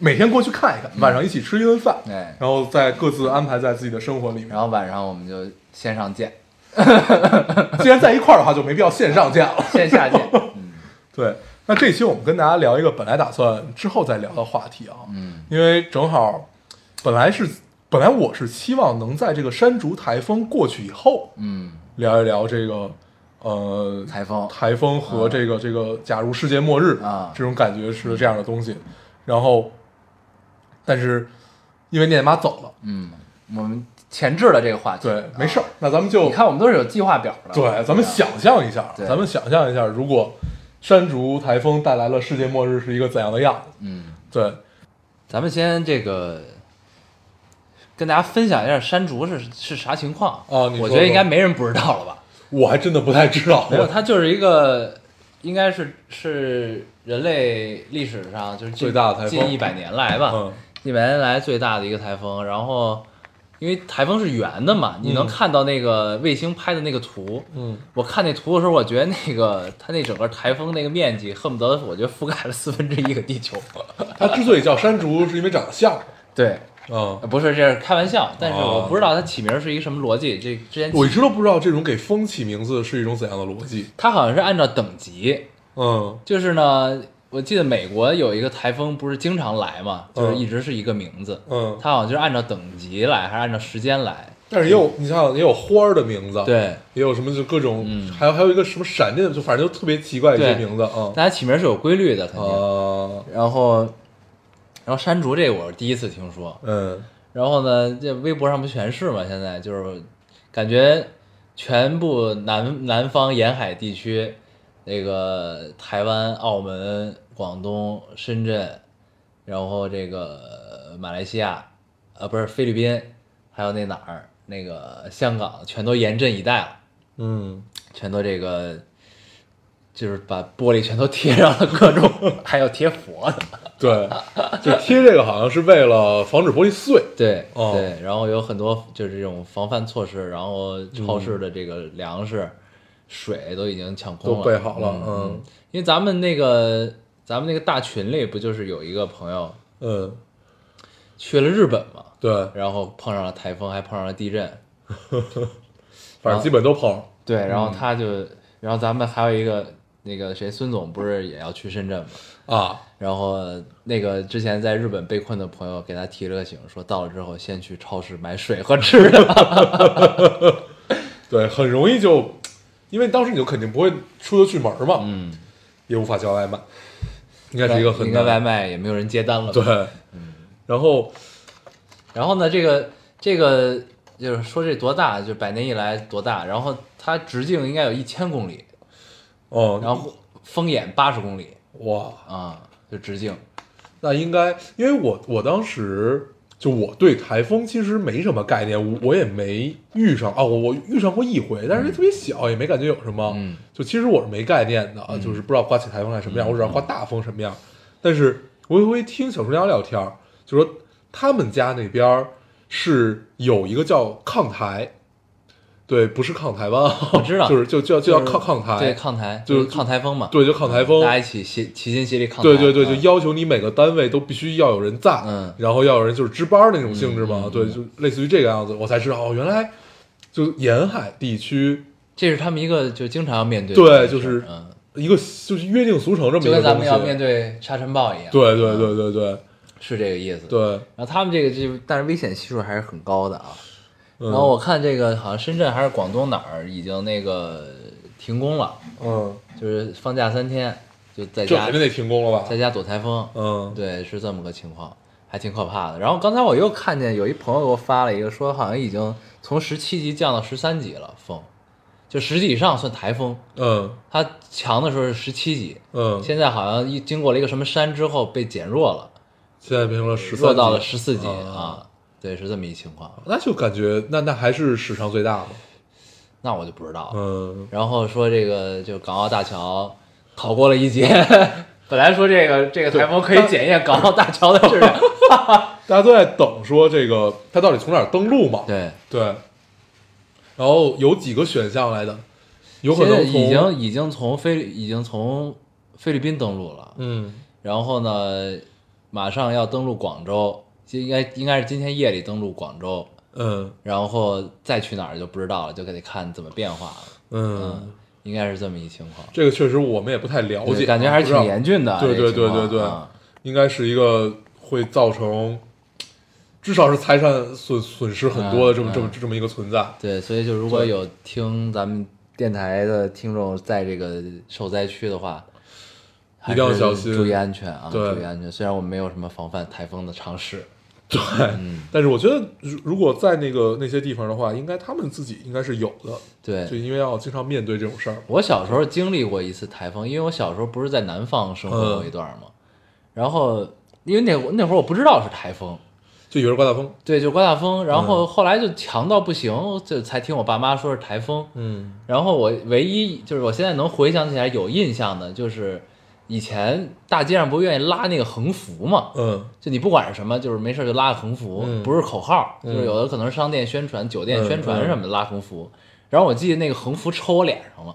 S2: 每天过去看一看，晚上一起吃一顿饭，
S1: 哎，
S2: 然后再各自安排在自己的生活里面。
S1: 然后晚上我们就线上见，
S2: 既然在一块儿的话，就没必要线上见了。
S1: 线下 见。嗯
S2: 对，那这期我们跟大家聊一个本来打算之后再聊的话题啊，
S1: 嗯
S2: 因为正好本来是本来我是期望能在这个山竹台风过去以后
S1: 嗯，
S2: 聊一聊这个呃
S1: 台风
S2: 台风和这个、这个假如世界末日
S1: 啊
S2: 这种感觉是这样的东西，然后但是因为念妈走了，
S1: 嗯，我们前置了这个话题。
S2: 对，没事儿，那咱们就
S1: 你看我们都是有计划表的。啊
S2: 对，咱们想象一下，
S1: 对
S2: 咱们想象一下，如果山竹台风带来了世界末日是一个怎样的样子？
S1: 嗯。
S2: 对，
S1: 咱们先这个跟大家分享一下山竹是是啥情况
S2: 哦你说
S1: 我觉得
S2: 说
S1: 应该没人不知道了吧？
S2: 我还真的不太知道，
S1: 没有，它就是一个，应该是是人类历史上就是近
S2: 最大的台风
S1: 近一百年来吧
S2: 嗯，
S1: 一百年来最大的一个台风。然后，因为台风是圆的嘛，你能
S2: 嗯
S1: 看到那个卫星拍的那个图。
S2: 嗯，
S1: 我看那图的时候，我觉得那个它那整个台风那个面积，恨不得我觉得覆盖了四分之一个地 球。
S2: 它之所以叫山竹，是因为长得像。
S1: 对，
S2: 嗯，
S1: 不是，这是开玩笑，但是
S2: 哦
S1: 我不知道它起名是一个什么逻辑。这之前
S2: 我一直都不知道这种给风起名字是一种怎样的逻辑。
S1: 它好像是按照等级，
S2: 嗯
S1: 就是呢，我记得美国有一个台风，不是经常来嘛，就是一直是一个名字，
S2: 嗯，
S1: 它好像就是按照等级来，还是按照时间来？
S2: 但是也有你像也有花儿的名字，，啊
S1: 对，
S2: 也有什么就各种，
S1: 嗯
S2: 还有还有一个什么闪电，就反正就特别奇怪一些
S1: 对
S2: 名字啊
S1: 大家起名是有规律的，肯定。
S2: 啊，
S1: 然后，然后山竹这个我是第一次听说，
S2: 嗯
S1: 然后呢，这微博上不全是嘛？现在就是感觉全部南南方沿海地区，那个台湾、澳门、广东、深圳，然后这个呃马来西亚，呃，不是菲律宾，还有那哪儿，那个香港，全都严阵以待了，
S2: 嗯，
S1: 全都这个。就是把玻璃全都贴上了各种， 还有贴佛的，
S2: 对，就贴这个好像是为了防止玻璃碎，
S1: 对、
S2: 哦
S1: 对，然后有很多就是这种防范措施，然后超市的这个粮食、水都已经抢空了，
S2: 嗯都备好了
S1: 嗯，
S2: 嗯
S1: 因为咱们那个咱们那个大群里不就是有一个朋友
S2: 嗯，
S1: 去了日本嘛，
S2: 对，
S1: 然后碰上了台风，还碰上了地震，啊
S2: 反正基本都碰上，
S1: 对，然后他就，然后咱们还有一个那个谁，孙总不是也要去深圳嘛，
S2: 啊，
S1: 然后那个之前在日本被困的朋友给他提了个醒，说到了之后先去超市买水和吃 的，
S2: 对，很容易就，因为当时你就肯定不会出得去门儿嘛，
S1: 嗯。
S2: 也无法叫外卖，应该是一个很
S1: 应该
S2: 难
S1: 外卖嗯也没有人接单了。
S2: 对，，然后
S1: 然后呢，这个这个就是说这多大，就百年以来多大，然后它直径应该有一千公里，
S2: 哦，
S1: 然后风眼八十公里
S2: 哇，
S1: 啊、就直径。
S2: 那应该，因为我我当时就我对台风其实没什么概念，我我也没遇上啊，我我遇上过一回，但是特别小，也没感觉有什么。
S1: 嗯，
S2: 就其实我是没概念的，啊，就是不知道刮起台风来什么样，我只知
S1: 嗯
S2: 道刮大风什么样。但是我有一回听小厨娘聊天儿，就说他们家那边儿是有一个叫抗台。对，不是抗台湾啊，
S1: 我知道
S2: 就是就就就叫抗抗台，
S1: 对，抗台
S2: 就
S1: 就是抗台风嘛，
S2: 对就抗台风
S1: 大家一起协齐心协力抗台。
S2: 对对对，就
S1: 嗯
S2: 要求你每个单位都必须要有人在，
S1: 嗯
S2: 然后要有人就是值班儿那种性质嘛，
S1: 嗯嗯
S2: 对，
S1: 嗯
S2: 就类似于这个样子，我才知道哦，原来就沿海地区
S1: 这是他们一个就经常要面对的
S2: 对
S1: 事儿
S2: 就是
S1: 嗯，
S2: 一个就是约定俗成这么一
S1: 就
S2: 个
S1: 跟咱
S2: 东
S1: 们
S2: 西，
S1: 要面对沙尘暴一样。
S2: 对对对对对
S1: 是这个意思。。
S2: 对，
S1: 然后他们这个就，但是危险系数还是很高的啊。
S2: 嗯
S1: 然后我看这个好像深圳还是广东哪儿已经那个停工了，
S2: 嗯，
S1: 就是放假三天，就在
S2: 这
S1: 家
S2: 肯定得停工了吧
S1: 在？家躲台风。
S2: 嗯，
S1: 对，是这么个情况，还挺可怕的。然后刚才我又看见有一朋友给我发了一个，说好像已经从十七级降到十三级了，风，就十级以上算台风，
S2: 嗯
S1: 它强的时候是十七级，
S2: 嗯，
S1: 现在好像一经过了一个什么山之后被减弱了，
S2: 现在变成了十
S1: 弱
S2: 三，
S1: 到了十四级
S2: 啊
S1: 啊。对，是这么一情况。
S2: 那就感觉那那还是史上最大嘛，
S1: 那我就不知道了。
S2: 嗯，
S1: 然后说这个就港澳大桥逃过了一劫。 本来说这个这个台风可以检验港澳大桥的啊质量，
S2: 大家都在等说这个它到底从哪儿登陆嘛？
S1: 对，
S2: 对，然后有几个选项来的，有可
S1: 现在
S2: 能
S1: 已
S2: 从
S1: 经已经从菲律已经从菲律宾登陆了，
S2: 嗯
S1: 然后呢，马上要登陆广州，就应该应该是今天夜里登陆广州，
S2: 嗯
S1: 然后再去哪儿就不知道了，就得看怎么变化了。
S2: 嗯
S1: 嗯，，应该是这么一情况，
S2: 这个确实我们也不太了
S1: 对
S2: 解，
S1: 感觉还是挺严
S2: 峻，
S1: 峻的。
S2: 对
S1: 这个
S2: 对对
S1: 情况
S2: 对对
S1: 啊，
S2: 应该是一个会造成至少是财产损损失很多的这
S1: 嗯
S2: 么这么这么一个存在。
S1: 对，所以就如果有听咱们电台的听众在这个受灾区的话，还
S2: 一定要
S1: 是
S2: 小心
S1: 注意安全啊！
S2: 对
S1: 注意安全。虽然我们没有什么防范台风的常识，
S2: 对，
S1: 嗯
S2: 但是我觉得如如果在那个那些地方的话，应该他们自己应该是有的，就
S1: 对
S2: 因为要经常面对这种事儿。
S1: 我小时候经历过一次台风，因为我小时候不是在南方生活过一段嘛，然后因为那会那会儿我不知道是台风，
S2: 就有人刮大风，
S1: 对，就刮大风，然
S2: 嗯
S1: 后后来就强到不行，就才听我爸妈说是台风，
S2: 嗯
S1: 然后我唯一就是我现在能回想起来有印象的，就是以前大街上不愿意拉那个横幅嘛，
S2: 嗯
S1: 就你不管是什么，就是没事就拉个横幅，
S2: 嗯
S1: 不是口号，
S2: 嗯
S1: 就是有的可能是商店宣传、酒店
S2: 嗯
S1: 宣传
S2: 嗯
S1: 什么的拉横幅。然后我记得那个横幅抽我脸上了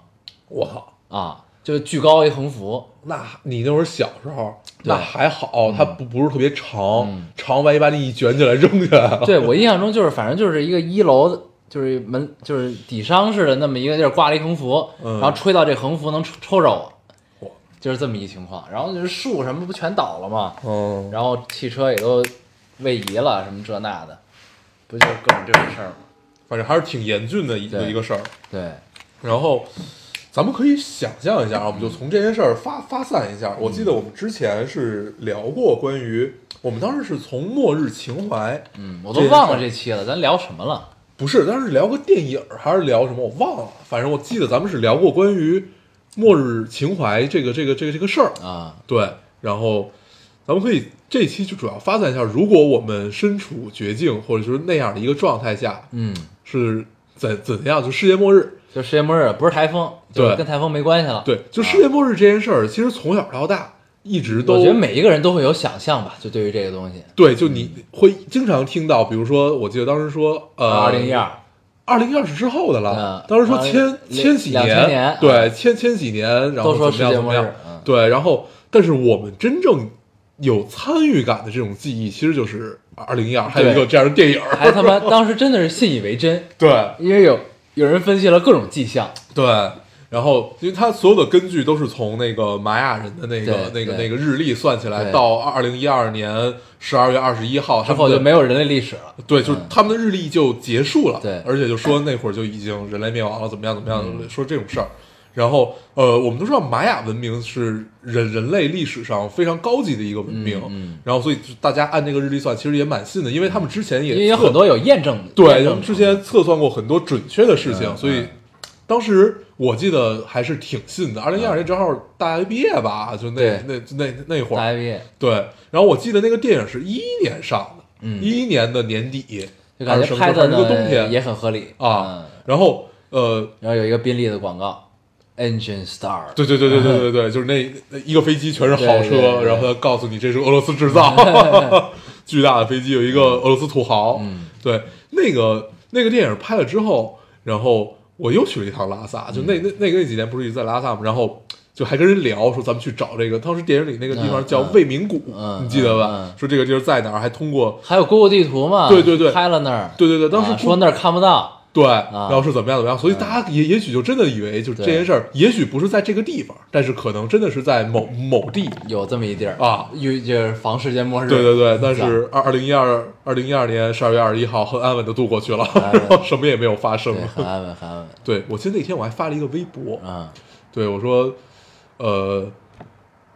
S2: 我操，
S1: 啊，就是巨高一横幅，
S2: 那你那会儿小时候，
S1: 对嗯
S2: 那还好，它不不是特别长，长万一把你一卷起来扔起来了，
S1: 对我印象中就是，反正就是一个一楼的，就是门就是底商似的那么一个地儿挂了一横幅，
S2: 嗯
S1: 然后吹到这横幅能抽抽着我
S2: 哇，
S1: 就是这么一情况。然后就是树什么不全倒了吗？
S2: 嗯，
S1: 然后汽车也都位移了，什么这那的，不就是各种这种事儿吗？
S2: 反正还是挺严峻的一
S1: 对
S2: 一个事儿。
S1: 对，
S2: 然后咱们可以想象一下啊，我们
S1: 嗯
S2: 就从这件事儿发发散一下。我记得我们之前是聊过关于我们当时是从《末日情怀》，
S1: 嗯，我都忘了这期了，咱聊什么了？
S2: 不是，当时聊个电影儿还是聊什么，我忘了。反正我记得咱们是聊过关于《末日情怀》这个这个这个这个事儿。
S1: 啊，
S2: 对，然后咱们可以这期就主要发散一下，如果我们身处绝境或者说那样的一个状态下，
S1: 嗯，
S2: 是怎怎样？就世界末日，
S1: 就世界末日不是台风，
S2: 对
S1: 就是跟台风没关系了。
S2: 对，就世界末日这件事儿，其实从小到大一直都
S1: 我觉得每一个人都会有想象吧，就对于这个东西。
S2: 对，就你会经常听到，比如说，我记得当时说，呃，
S1: 二零一二，
S2: 二零一二是之后的了
S1: 嗯。
S2: 当时说
S1: 20
S2: 千千禧
S1: 两千年嗯
S2: 对，千千禧年，然后
S1: 都说
S2: 怎么样
S1: 世界
S2: 怎么
S1: 末日
S2: 样，
S1: 嗯
S2: 对，然后但是我们真正有参与感的这种记忆，其实就是二零一二，还有一个
S1: 对
S2: 这样的电影儿，
S1: 还他妈当时真的是信以为真，
S2: 对
S1: 因为有有人分析了各种迹象，
S2: 对。然后，因为它所有的根据都是从那个玛雅人的那个、那
S1: 对
S2: 个、
S1: 对
S2: 那个日历算起来，
S1: 对
S2: 到二零一二年十二月二十一号，
S1: 之
S2: 他们
S1: 后
S2: 的
S1: 就没有人类历史了。
S2: 对，就是他们的日历就结束了，
S1: 对嗯
S2: 而且就说那会儿就已经人类灭亡了，怎么样怎么样，说这种事儿。然后，呃，我们都知道玛雅文明是人人类历史上非常高级的一个文明，
S1: 嗯嗯
S2: 然后所以就大家按这个日历算，其实也蛮信的，因为他们之前也
S1: 因为有
S2: 测
S1: 很多有验证的，
S2: 对，
S1: 验
S2: 他
S1: 证
S2: 们
S1: 的
S2: 之前测算过很多准确的事情，
S1: 嗯
S2: 所以
S1: 嗯
S2: 当时我记得还是挺信的。二零一二年正好大学毕业吧，就那
S1: 对
S2: 那那那会
S1: 大
S2: 儿，
S1: 学毕业，
S2: 对。然后我记得那个电影是一一年上的，
S1: 嗯
S2: 一一年的年底，
S1: 就感
S2: 还
S1: 觉
S2: 是什么
S1: 拍
S2: 时候
S1: 的
S2: 还是个冬天
S1: 也很合理
S2: 啊
S1: 嗯。
S2: 然后呃，
S1: 然后有一个宾利的广告，Engine Star，
S2: 对对对对对对 对，就是那那一个飞机全是豪
S1: 对对对
S2: 车，
S1: 对
S2: 然后他告诉你这是俄罗斯 制造，巨大的飞机有一个俄罗斯土豪，
S1: 嗯
S2: 对，那个那个电影拍了之后，然后我又去了一趟拉萨，就那
S1: 嗯
S2: 那那个那几年不是一直在拉萨嘛，然后。就还跟人聊说咱们去找这个，当时电影里那个地方
S1: 嗯
S2: 叫
S1: 嗯
S2: 未名谷，
S1: 嗯
S2: 你记得吧？
S1: 嗯嗯
S2: 说这个地儿在哪儿，还通过
S1: 还有 Google 地图嘛，
S2: 对对对
S1: 拍了那儿，
S2: 对对对当时
S1: 啊
S2: Google-
S1: 说那儿看不到，
S2: 对，
S1: 啊
S2: 然后是怎么样怎么样，所以大家也也许就真的以为就是这件事儿，也许不是在这个地方，但是可能真的是在某某地。
S1: 有这么一地儿
S2: 啊
S1: 有就是防世界末日，
S2: 对对对，但
S1: 是
S2: 是二二零一二二零一二年十二月二十一号很安稳的度过去了，
S1: 安稳
S2: 然 后什么也没有发生
S1: 对，。很安稳，很安稳，
S2: 对，我记得那天我还发了一个微博，
S1: 嗯，
S2: 对我说，呃，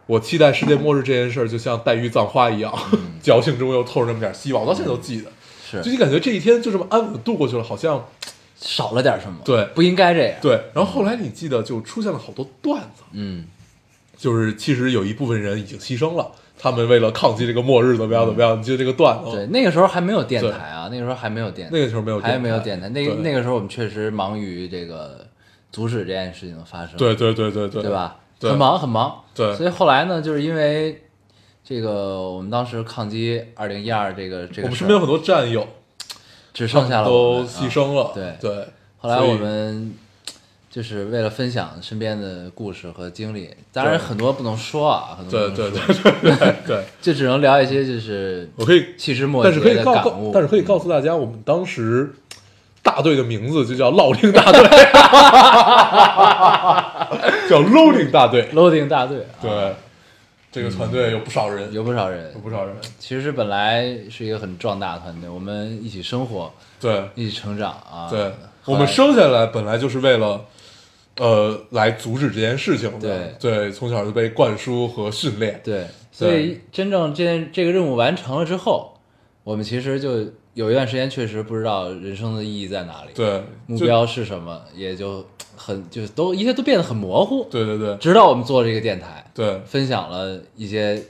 S2: 我期待世界末日这件事儿就像黛玉葬花一样，矫情中又透着那么点儿希望，我到现在都记得。就是你感觉这一天就这么安稳地度过去了，好像
S1: 少了点什么，
S2: 对
S1: 不应该这样，，
S2: 对。然后后来你记得就出现了好多段子，
S1: 嗯，
S2: 就是其实有一部分人已经牺牲了，他们为了抗击这个末日怎么样怎么样？你记得这个段子吗？
S1: 对，那个时候还没有电台啊，那个时候还没有电台，
S2: 哦那个时候没有电台
S1: 还没有电台，那
S2: 对
S1: 那个时候我们确实忙于这个阻止这件事情的发生，
S2: 对对对对对
S1: 对
S2: 对？
S1: 吧？
S2: 对
S1: 很忙很忙。
S2: 对
S1: 所以后来呢，就是因为这个，我们当时抗击二零一二这个这
S2: 我
S1: 个
S2: 们
S1: 事
S2: 身边有
S1: 儿，
S2: 很多战友
S1: 只剩下了我
S2: 都
S1: 们
S2: 牺。
S1: 啊
S2: 牲了，
S1: 对
S2: 对。
S1: 后来
S2: 所以
S1: 我们就是为了分享身边的故事和经历，当然
S2: 对
S1: 很多不能说啊，很多
S2: 对
S1: 不
S2: 对
S1: 能说，
S2: 对对对对，
S1: 就只能聊一些就是
S2: 我可以，
S1: 细枝末
S2: 但是可
S1: 节
S2: 以
S1: 的
S2: 告
S1: 感
S2: 告
S1: 悟，，
S2: 但是可以告诉大家，我们当时大队的名字就叫烙令大队， 叫 loading 大队。
S1: loading 大队啊，
S2: 对，这个团队有不少人，有
S1: 嗯有不少人，
S2: 不少人。
S1: 其实本来是一个很壮大的团队，我们一起生活，
S2: 对，
S1: 一起成长啊，
S2: 对，
S1: 后
S2: 我们
S1: 来
S2: 生下来本来就是为了，呃，来阻止这件事情的。
S1: 对
S2: 对，从小就被灌输和训练。
S1: 对，所以真正这件这个任务完成了之后，我们其实就有一段时间确实不知道人生的意义在哪里，，
S2: 对，
S1: 目
S2: 就。
S1: 标是什么，也就很就都一切都变得很模糊。
S2: 对对对
S1: 直到我们做这个电台，
S2: 对，
S1: 分享了一些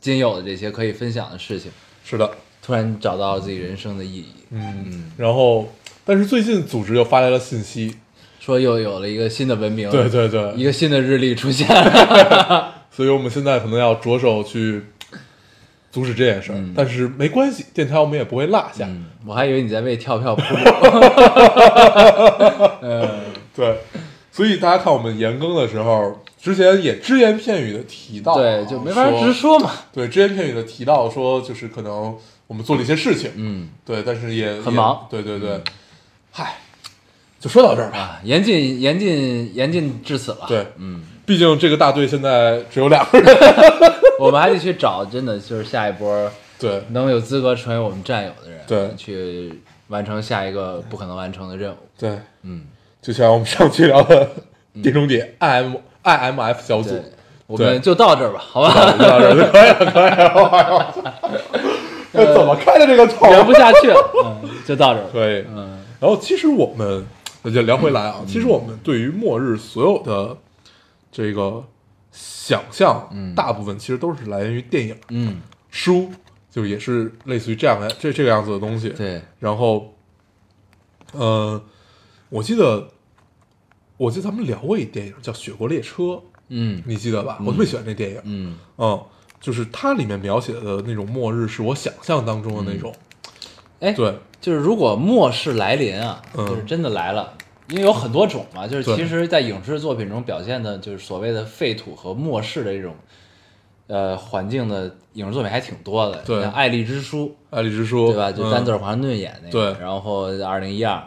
S1: 仅有的这些可以分享的事情，
S2: 是的，
S1: 突然找到了自己人生的意义，
S2: 嗯。然后，但是最近组织又发来了信息，
S1: 说又有了一个新的文明，
S2: 对对
S1: 一
S2: 对，
S1: 个新的日历出现 了，
S2: 所以我们现在可能要着手去阻止这件事儿。但是没关系，电台我们也不会落下。
S1: 嗯我还以为你在为跳票铺 路，
S2: 对，所以大家看我们严更的时候，之前也只言片语的提到啊，
S1: 对，就没法
S2: 说
S1: 直说嘛，
S2: 对，只言片语的提到说，就是可能我们做了一些事情，
S1: 嗯。
S2: 对，但是也
S1: 很忙嗯
S2: 也对对对，嗨，就说到这儿吧。
S1: 啊，言尽言尽言尽至此了。
S2: 对
S1: 嗯，
S2: 毕竟这个大队现在只有两 个人，
S1: 我们还得去找，真的就是下一波
S2: 对，
S1: 能有资格成为我们战友的人，
S2: 对
S1: 去完成下一个不可能完成的任务。
S2: 对，
S1: 嗯，
S2: 就像我们上期聊的碟中谍 I M I M F 小组
S1: 对，，我
S2: 对
S1: 们就到这儿吧，好 吧？
S2: 到这儿就可以了，可以了，哎呦这怎么开的这个头？
S1: 聊不下去了，嗯，就到这儿吧。
S2: 可以，
S1: 呃嗯，
S2: 然后其实我们那就聊回来啊，其实我们对于末日所有的这个想象，
S1: 嗯
S2: 大部分其实都是来源于电影、
S1: 嗯，
S2: 书，就是也是类似于这样的这这个样子的东西。
S1: 对，
S2: 然后，呃，我记得，我记得咱们聊过一电影叫《雪国列车》，
S1: 嗯
S2: 你记得吧？我特别喜欢那电影，
S1: 嗯，
S2: 嗯，就是它里面描写的那种末日，是我想象当中的那种，
S1: 哎，，
S2: 对，
S1: 就是如果末世来临啊，
S2: 嗯
S1: 就是真的来了。因为有很多种嘛，就是
S2: 对
S1: 其实，在影视作品中表现的，就是所谓的废土和末世的这种，呃，环境的影视作品还挺多的。
S2: 对
S1: 像《爱丽之书》，
S2: 爱丽之书，
S1: 对吧？就
S2: 嗯
S1: 丹泽尔华盛顿演那个，
S2: 对嗯
S1: 然后二零一二，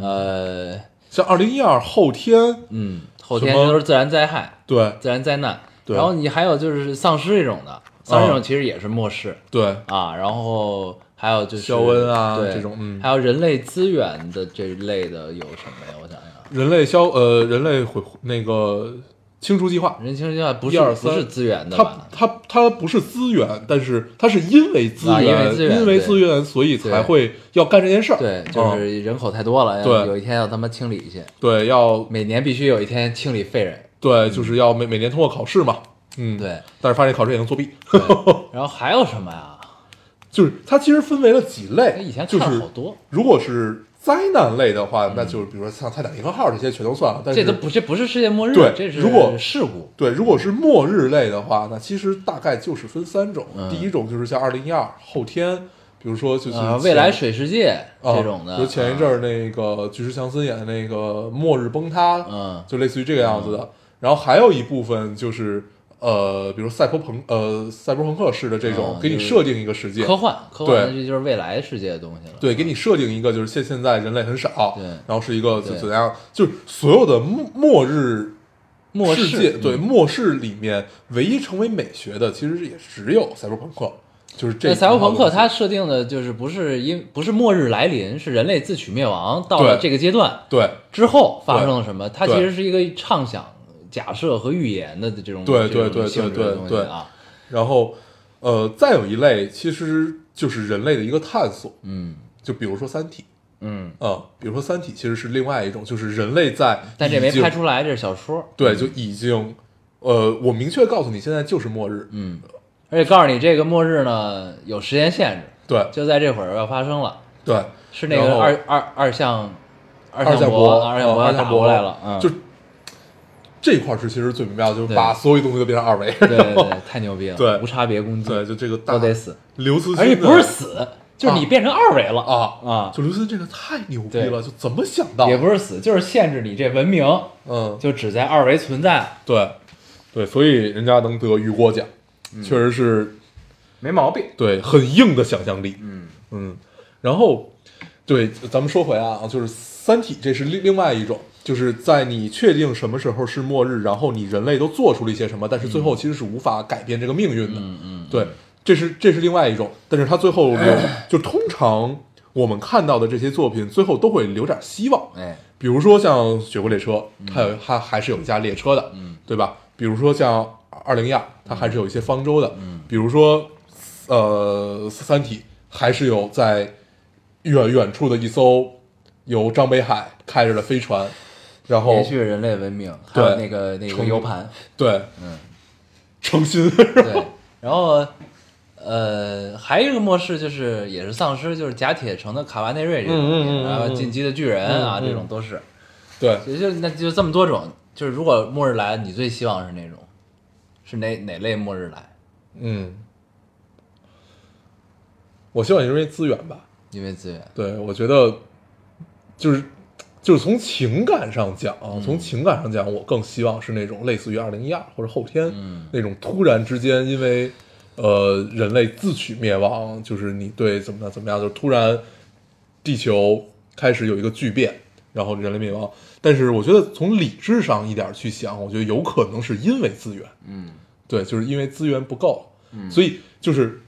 S1: 呃，
S2: 像二零一二后天，
S1: 嗯，后天
S2: 什么
S1: 都是自然灾害、
S2: 对
S1: 自然灾难，
S2: 对嗯
S1: 然后你还有就是丧尸这种的，丧尸这种其实也是末世
S2: 对，
S1: 啊，然后还有就是
S2: 肖恩啊
S1: 对
S2: 这种嗯
S1: 还有人类资源的这一类的有什么呀？我想想，
S2: 人类消呃人类毁那个清除计划，
S1: 人清计划不
S2: 一
S1: 是
S2: 二
S1: 不
S2: 三
S1: 是资源的
S2: 它
S1: 吧？
S2: 它它不是资源，但是它是因为资
S1: 啊因为
S2: 源，
S1: 资源
S2: 因为资源，所以才会要干这件事儿。
S1: 对，就是人口太多了，
S2: 哦对
S1: 要有一天要他妈清理一些，
S2: 嗯对，要
S1: 每年必须有一天清理废人。
S2: 对，就是要每每年通过考试嘛，嗯，
S1: 对。
S2: 但是发现考试也能作弊，
S1: 对然后还有什么呀？
S2: 就是它其实分为了几
S1: 哎
S2: 类，
S1: 以前
S2: 就
S1: 看
S2: 是
S1: 好多，嗯
S2: 如果是灾难类的话，那就是比如说像泰坦尼克号这些全都算了，但是
S1: 这都不这不是世界末日，
S2: 对
S1: 这是
S2: 如果
S1: 事故，
S2: 对，如果是末日类的话，那其实大概就是分三种。
S1: 嗯
S2: 第一种就是像二零一二后天，比如说就是、
S1: 呃，未来水世界这种的，
S2: 啊比如前一阵
S1: 啊，
S2: 儿那个巨石强森演的那个《末日崩塌》，
S1: 嗯
S2: 就类似于这个样子的。然后还有一部分就是呃，比如赛博朋呃赛博朋克式的这种，
S1: 嗯
S2: 给你
S1: 就是
S2: 设定一个世界，
S1: 科幻，科幻
S2: 对
S1: 这就是未来世界的东西了，
S2: 对，给你设定一个就是现现在人类很少，
S1: 对
S2: 然后是一个就
S1: 对
S2: 怎样，就是所有的末末日
S1: 末
S2: 世
S1: 世
S2: 界对
S1: 嗯
S2: 末世里面唯一成为美学的，其实也只有赛博朋克，就是这
S1: 那赛博朋克它
S2: 它
S1: 设定的就是不是因不是末日来临，是人类自取灭亡到了
S2: 对
S1: 这个阶段
S2: 对
S1: 之后发生了什么，它其
S2: 对
S1: 实是一个畅想、假设和预言的这种
S2: 对
S1: 这种
S2: 对对
S1: 性质
S2: 对
S1: 的
S2: 对
S1: 东西
S2: 对
S1: 啊，
S2: 然后呃再有一类其实就是人类的一个探索，
S1: 嗯
S2: 就比如说《三体》
S1: 嗯，
S2: 啊、比如说《三体》其实是另外一种，就是人类在
S1: 但这没
S2: 已经
S1: 拍出来，这是小说，
S2: 对就已经呃，我明确告诉你，现在就是末日，
S1: 嗯，而且告诉你这个末日呢有时间限制，
S2: 对
S1: 就在这会儿要发生了。
S2: 对。
S1: 是那个
S2: 然后
S1: 二二二项二
S2: 二
S1: 项
S2: 向
S1: 箔
S2: 箔，
S1: 二项
S2: 箔，
S1: 箔
S2: 二
S1: 打
S2: 向
S1: 过
S2: 箔
S1: 来了，嗯，
S2: 就这块儿是其实最明妙的，就是
S1: 对
S2: 把所有东西都变成二维，
S1: 对对对，太牛逼了，
S2: 对
S1: 无差别攻击，
S2: 对，就这个大
S1: 都得死，
S2: 刘慈欣的，
S1: 而且不是死，就是你变成二维了
S2: 啊
S1: 啊，
S2: 就刘慈欣这个太牛逼
S1: 对
S2: 了，就怎么想到？
S1: 也不是死，就是限制你这文明
S2: 嗯，
S1: 就只在二维存在，
S2: 对对，所以人家能得雨果奖，
S1: 嗯
S2: 确实是
S1: 没毛病，
S2: 对很硬的想象力，
S1: 嗯
S2: 嗯，然后对，咱们说回来啊，就是《三体》，这是另另外一种，就是在你确定什么时候是末日，然后你人类都做出了一些什么，但是最后其实是无法改变这个命运的。嗯嗯，对，这是这是另外一种，但是它最后留， 就通常我们看到的这些作品，最后都会留点希望。
S1: 哎，
S2: 比如说像《雪国列车》，
S1: 嗯
S2: 它有它还是有一架列车的，嗯，对吧？比如说像《二零一二》，它还是有一些方舟的，嗯，比如说呃，《三体》还是有在远远处的一艘由张北海开着的飞船，然后
S1: 延续人类文明，还有
S2: 哦对
S1: 那个那个
S2: 成
S1: U 盘，
S2: 对，
S1: 嗯，
S2: 诚心
S1: 对，然后。呃，还有一个末世就是也是丧尸，就是假铁城的卡瓦内瑞这种东西，
S2: 嗯嗯嗯嗯嗯
S1: 然后进击的巨人啊，
S2: 嗯嗯
S1: 这种都是。
S2: 对，
S1: 也就那就这么多种，就是如果末日来，你最希望是哪种？是哪哪类末日来？
S2: 嗯，我希望因为资源吧，
S1: 因为资源，
S2: 对，我觉得就是就是从情感上讲，从情感上讲，我更希望是那种类似于二零一二或者后天、
S1: 嗯
S2: 那种突然之间，因为呃人类自取灭亡，就是你对怎么样怎么样，就是突然地球开始有一个巨变，然后人类灭亡。但是我觉得从理智上一点去想，我觉得有可能是因为资源，
S1: 嗯
S2: 对，就是因为资源不够，所以就是，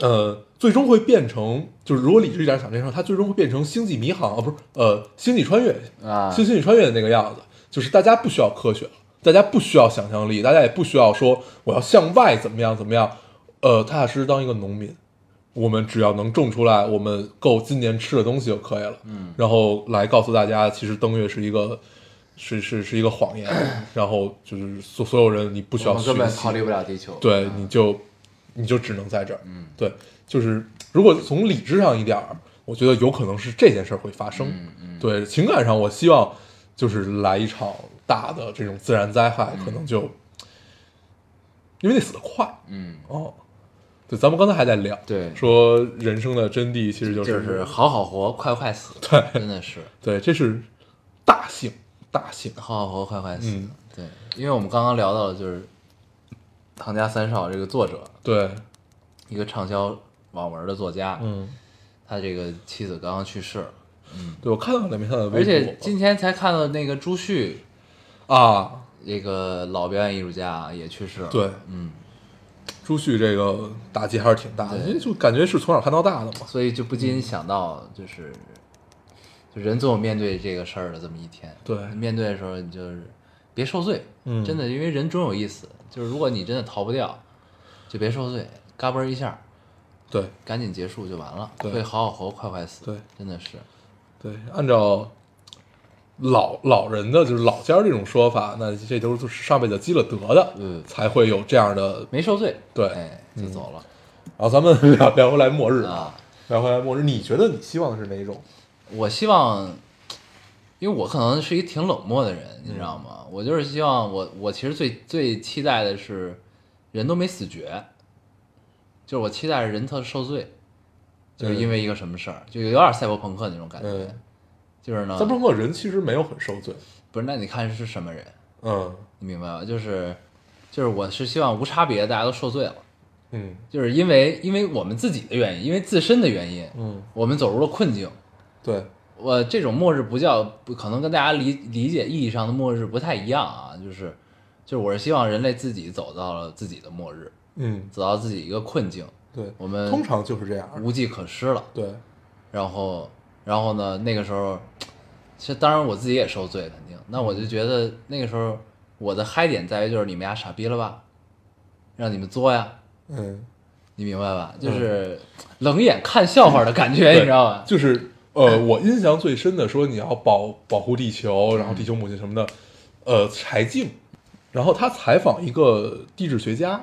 S2: 呃，最终会变成，就是如果理智一点想这事儿，它最终会变成星际迷航啊，不是，呃，星际穿越，
S1: 啊
S2: 星星际穿越的那个样子，就是大家不需要科学了，大家不需要想象力，大家也不需要说我要向外怎么样怎么样，呃，踏踏实实当一个农民，我们只要能种出来，我们够今年吃的东西就可以了。嗯，然后来告诉大家，其实登月是一个。是是是一个谎 言，然后就是所所有人你不需
S1: 我
S2: 要
S1: 们
S2: 学
S1: 根本
S2: 习
S1: 逃离不了地嗯球。
S2: 对，你就你就只能在这儿。嗯，对，就是如果从理智上一点儿，我觉得有可能是这件事儿会发生。嗯嗯，对，情感上我希望就是来一场大的这种自然灾害，可能就因为那死得快
S1: 嗯，
S2: 哦。对，咱们刚才还在聊，
S1: 对
S2: 说人生的真谛其实就
S1: 就是好好活，快快死。
S2: 对
S1: 真的是
S2: 对，这是大幸，大幸。啊
S1: 好好活，快快死。
S2: 嗯
S1: 对，因为我们刚刚聊到了，就是《唐家三少》这个作者，
S2: 对，
S1: 一个畅销网文的作家，
S2: 嗯，
S1: 他这个妻子刚刚去世，
S2: 对我看到了没看到微
S1: 而
S2: 博
S1: 且今天才看到那个朱旭，
S2: 啊，
S1: 这个老表演艺术家啊也去世。，
S2: 对，
S1: 嗯，
S2: 朱旭这个打击还是挺大的，因为就感觉是从小看到大的嘛。
S1: 所以就不
S2: 嗯
S1: 禁想到，就是，就人总有面对这个事儿的这么一天。
S2: 对
S1: 面对的时候你就是别受罪，
S2: 嗯
S1: 真的，因为人终有一死。就是如果你真的逃不掉，就别受罪，嘎嘣儿一下，
S2: 对
S1: 赶紧结束就完了。
S2: 对
S1: 会好好活，快快死。
S2: 对，
S1: 真的是，
S2: 对，按照老老人的就是老家儿这种说法，那这都是上辈子积了德的，
S1: 嗯
S2: 才会有这样的。
S1: 没受罪，
S2: 对
S1: 哎，
S2: 嗯
S1: 就走了、
S2: 然后咱 们聊聊回来末日，
S1: 啊。
S2: 聊回来末日，你觉得你希望是哪一种？
S1: 我希望，因为我可能是一挺冷漠的
S2: 嗯
S1: 人，你知道吗？我就是希望我我其实最最期待的是人都没死绝，就是我期待着人特受罪，就是因为一个什么事儿，就有点赛博朋克那种感觉。
S2: 嗯，
S1: 就是呢
S2: 咱，们说人其实没有很受罪，
S1: 不是那你看是什么人，
S2: 嗯
S1: 你明白吧？就是就是我是希望无差别大家都受罪了。
S2: 嗯
S1: 就是因为因为我们自己的原因，因为自身的原因，
S2: 嗯，
S1: 我们走入了困境，
S2: 对，
S1: 我这种末日不叫，不可能跟大家理理解意义上的末日不太一样啊，就是，就是我是希望人类自己走到了自己的末日，
S2: 嗯
S1: 走到自己一个困境，
S2: 对，
S1: 我们
S2: 通常就是这样儿，
S1: 无计可施了。
S2: 对
S1: 然后，然后呢，那个时候，其实当然我自己也受罪，肯定。那我就觉得那个时候我的嗨点在于就是你们俩傻逼了吧，让你们作呀，
S2: 嗯。
S1: 你明白吧？就是冷眼看笑话的感觉，
S2: 对
S1: 你知道吧？
S2: 就是呃，我印象最深的说你要保保护地球，然后地球母亲什么的，呃，柴静，然后他采访一个地质学家，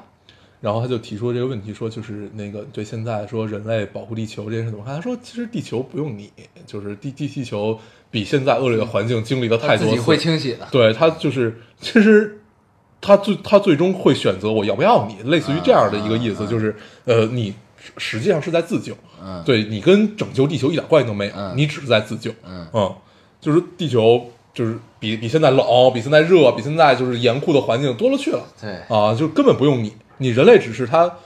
S2: 然后他就提出这个问题，说就是那个对现在说人类保护地球这件事怎么看？他说其实地球不用你，就是地地地球比现在恶劣的环境经历了太
S1: 自
S2: 多
S1: 己
S2: 次，
S1: 会清洗的。
S2: 对他就是，其实他最他最终会选择我要不要你，类似于这样的一个意思，就是呃，你实实际上是在自救，
S1: 啊嗯
S2: 对你跟拯救地球一点关系都没有，
S1: 嗯
S2: 你只是在自救，
S1: 嗯
S2: 就是地球就是比比现在冷，比现在热，比现在就是严酷的环境多了去了，
S1: 对，
S2: 啊，就根本不用你，你人类只是它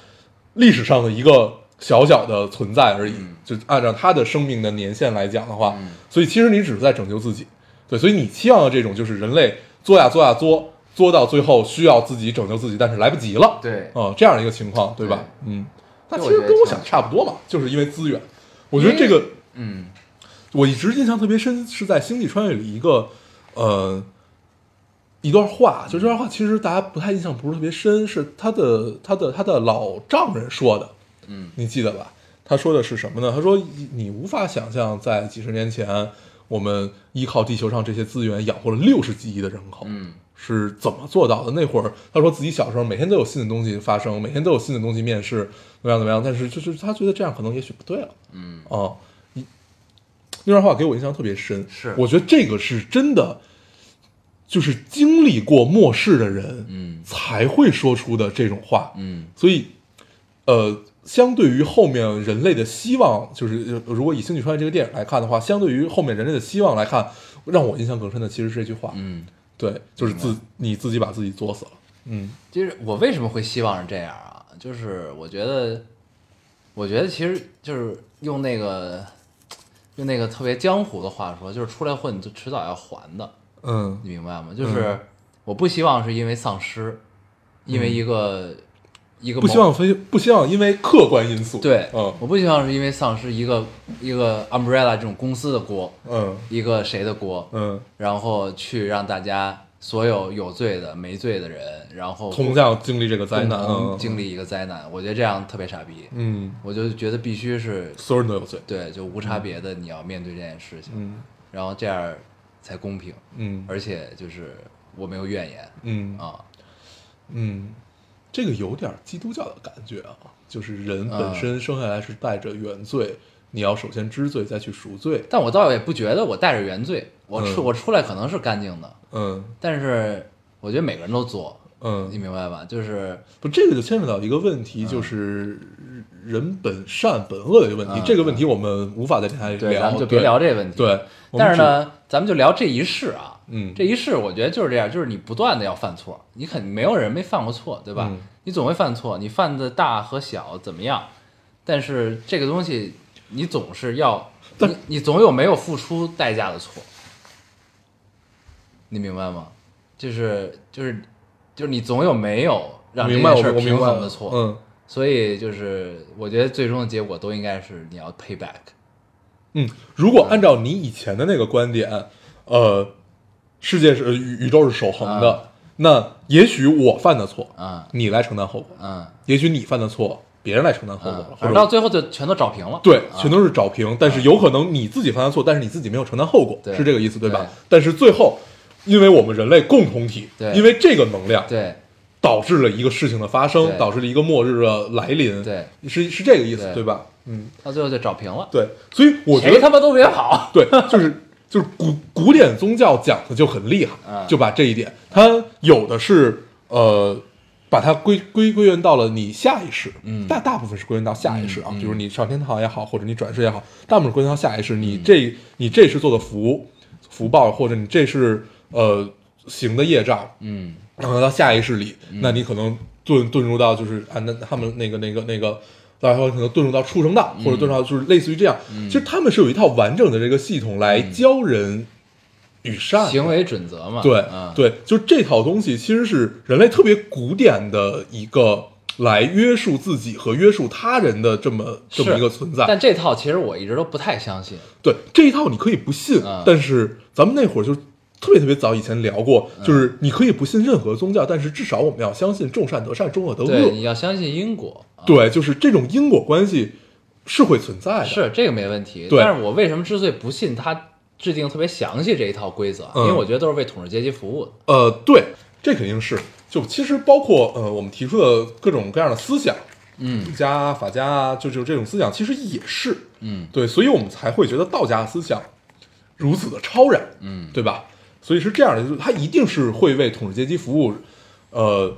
S2: 历史上的一个小小的存在而已。就按照它的生命的年限来讲的话，所以其实你只是在拯救自己。对，所以你期望的这种就是人类作呀作呀作，作到最后需要自己拯救自己，但是来不及了。
S1: 对
S2: 啊、这样一个情况，对吧？嗯，那
S1: 这
S2: 其
S1: 我
S2: 实
S1: 觉得
S2: 跟我
S1: 挺
S2: 想
S1: 好
S2: 差不多嘛，就是因为资源。我觉得这个
S1: 嗯，
S2: 我一直印象特别深，是在《星际穿越》里一个呃一段话，就这段话其实大家不太印象不是特别深，是他的他的他的老丈人说的，
S1: 嗯，
S2: 你记得吧？他说的是什么呢？他说你无法想象，在几十年前，我们依靠地球上这些资源养活了六十几亿的人口，
S1: 嗯，
S2: 是怎么做到的？那会儿他说自己小时候每天都有新的东西发生，每天都有新的东西面试，怎么样怎么样？但是就是他觉得这样可能也许不对了，嗯啊，你那段话给我印象特别深，
S1: 是
S2: 我觉得这个是真的，就是经历过末世的人，嗯，才会说出的这种话，
S1: 嗯，
S2: 所以呃，相对于后面人类的希望，就是呃如果以《星际穿越》这个电影来看的话，相对于后面人类的希望来看，让我印象更深的其实是这句话，
S1: 嗯，
S2: 对，就是自你自己把自己作死了，嗯
S1: 就是我为什么会希望是这样啊？就是我觉得，我觉得其实就是用那个用那个特别江湖的话说，就是出来混，就迟早要还的，
S2: 嗯
S1: 你明白吗？就是我不希望是因为丧失，因为一个一个
S2: 嗯不
S1: 某
S2: 希望非不希望因为客观因素，
S1: 对，
S2: 嗯
S1: 我不希望是因为丧失一个一个 umbrella 这种公司的锅，
S2: 嗯
S1: 一个谁的锅，
S2: 嗯，
S1: 然后去让大家所有有罪的、没罪的人，然后
S2: 同样经历这个灾
S1: 共
S2: 难，
S1: 同
S2: 嗯
S1: 经历一个灾难，我觉得这样特别傻逼，
S2: 嗯，
S1: 我就觉得必须是
S2: 所有人都有罪，
S1: 对，就无差别的你要面对这件事情，
S2: 嗯
S1: 然后这样才公平，
S2: 嗯
S1: 而且就是我没有怨言
S2: 嗯
S1: 啊，
S2: 嗯，这个有点基督教的感觉啊，就是人本身生下来是带着原罪，你要首先知罪再去赎罪，
S1: 但我倒也不觉得我带着原罪，我出、
S2: 嗯
S1: 我出来可能是干净的，
S2: 嗯
S1: 但是我觉得每个人都作，你
S2: 嗯，
S1: 明白吧？就是
S2: 不，这个就牵扯到一个问题，就是人本善本恶的一个问题，
S1: 嗯
S2: 这个问题我们无法在电台
S1: 对，咱
S2: 聊，
S1: 们就别聊这个问题。
S2: 对，对，我们
S1: 但是
S2: 只，
S1: 呢，咱们就聊这一世啊。
S2: 嗯，
S1: 这一世我觉得就是这样，就是你不断的要犯错，你肯没有人没犯过错，对吧？
S2: 嗯
S1: 你总会犯错，你犯的大和小怎么样？但是这个东西，你总是要，你你总有没有付出代价的错，你明白吗？就是就是就是你总有没有
S2: 我
S1: 让这
S2: 明白，我
S1: 件事
S2: 我
S1: 平
S2: 明白
S1: 衡
S2: 了
S1: 的错，
S2: 嗯
S1: 所以就是我觉得最终的结果都应该是你要 pay back，
S2: 嗯，如果按照你以前的那个观点，呃，世界是呃宇宇宙是守恒的，那也许我犯的错，
S1: 嗯
S2: 你来承担后果；
S1: 嗯
S2: 也许你犯的错，别人来承担后
S1: 嗯
S2: 果，，
S1: 反正
S2: 或
S1: 到
S2: 者
S1: 最后就全都找平了，
S2: 对，
S1: 啊
S2: 全都是找平。但是有可能你自己犯的错，但是你自己没有承担后果，
S1: 对
S2: 是这个意思对吧？
S1: 对
S2: 但是最后，因为我们人类共同体
S1: 对，
S2: 因为这个能量
S1: 对
S2: 导致了一个事情的发生，
S1: 对
S2: 导致了一个末日的来临，
S1: 对，
S2: 是是这个意思
S1: 对
S2: 对吧？嗯，
S1: 到最后就找平了，
S2: 对，所以我觉
S1: 谁
S2: 得
S1: 他妈都别跑，
S2: 对，就是就是古古典宗教讲的就很厉害
S1: 嗯，
S2: 就把这一点，它有的是呃，把它归归归源到了你下一世，
S1: 嗯
S2: 大大部分是归源到下一世啊，
S1: 嗯嗯
S2: 比如你上天堂也好，或者你转世也好，大部分是归源到下一世，
S1: 嗯
S2: 你这、你这世做的福福报，或者你这世呃行的业障，
S1: 嗯
S2: 然后到下一世里，那你可能遁遁入到就是啊，那他们那个那个那个，然后可能遁入到畜生道，或者遁入到
S1: 嗯
S2: 就是类似于这样。其实他们是有一套完整的这个系统来教人与善的
S1: 嗯行为准则嘛，
S2: 对
S1: 嗯，
S2: 对，就这套东西其实是人类特别古典的一个来约束自己和约束他人的这么这么
S1: 是
S2: 一个存在。
S1: 但这套其实我一直都不太相信，
S2: 对这一套你可以不信，
S1: 嗯
S2: 但是咱们那会儿就特别特别早以前聊过，
S1: 嗯
S2: 就是你可以不信任何宗教，但是至少我们要相信众善得善，终恶得恶。
S1: 对，你要相信因果，啊
S2: 对就是这种因果关系是会存在的。，
S1: 是这个没问题，
S2: 对
S1: 但是我为什么之所以不信他制定特别详细这一套规则，因
S2: 嗯
S1: 为我觉得都是为统治阶级服务的，
S2: 呃，对，这肯定是。就其实包括呃，我们提出的各种各样的思想，
S1: 嗯
S2: 儒家啊、法家啊，就就这种思想，其实也是
S1: 嗯
S2: 对，所以我们才会觉得道家思想如此的超然。
S1: 嗯
S2: 对吧？所以是这样的，就是它一定是会为统治阶级服务，呃，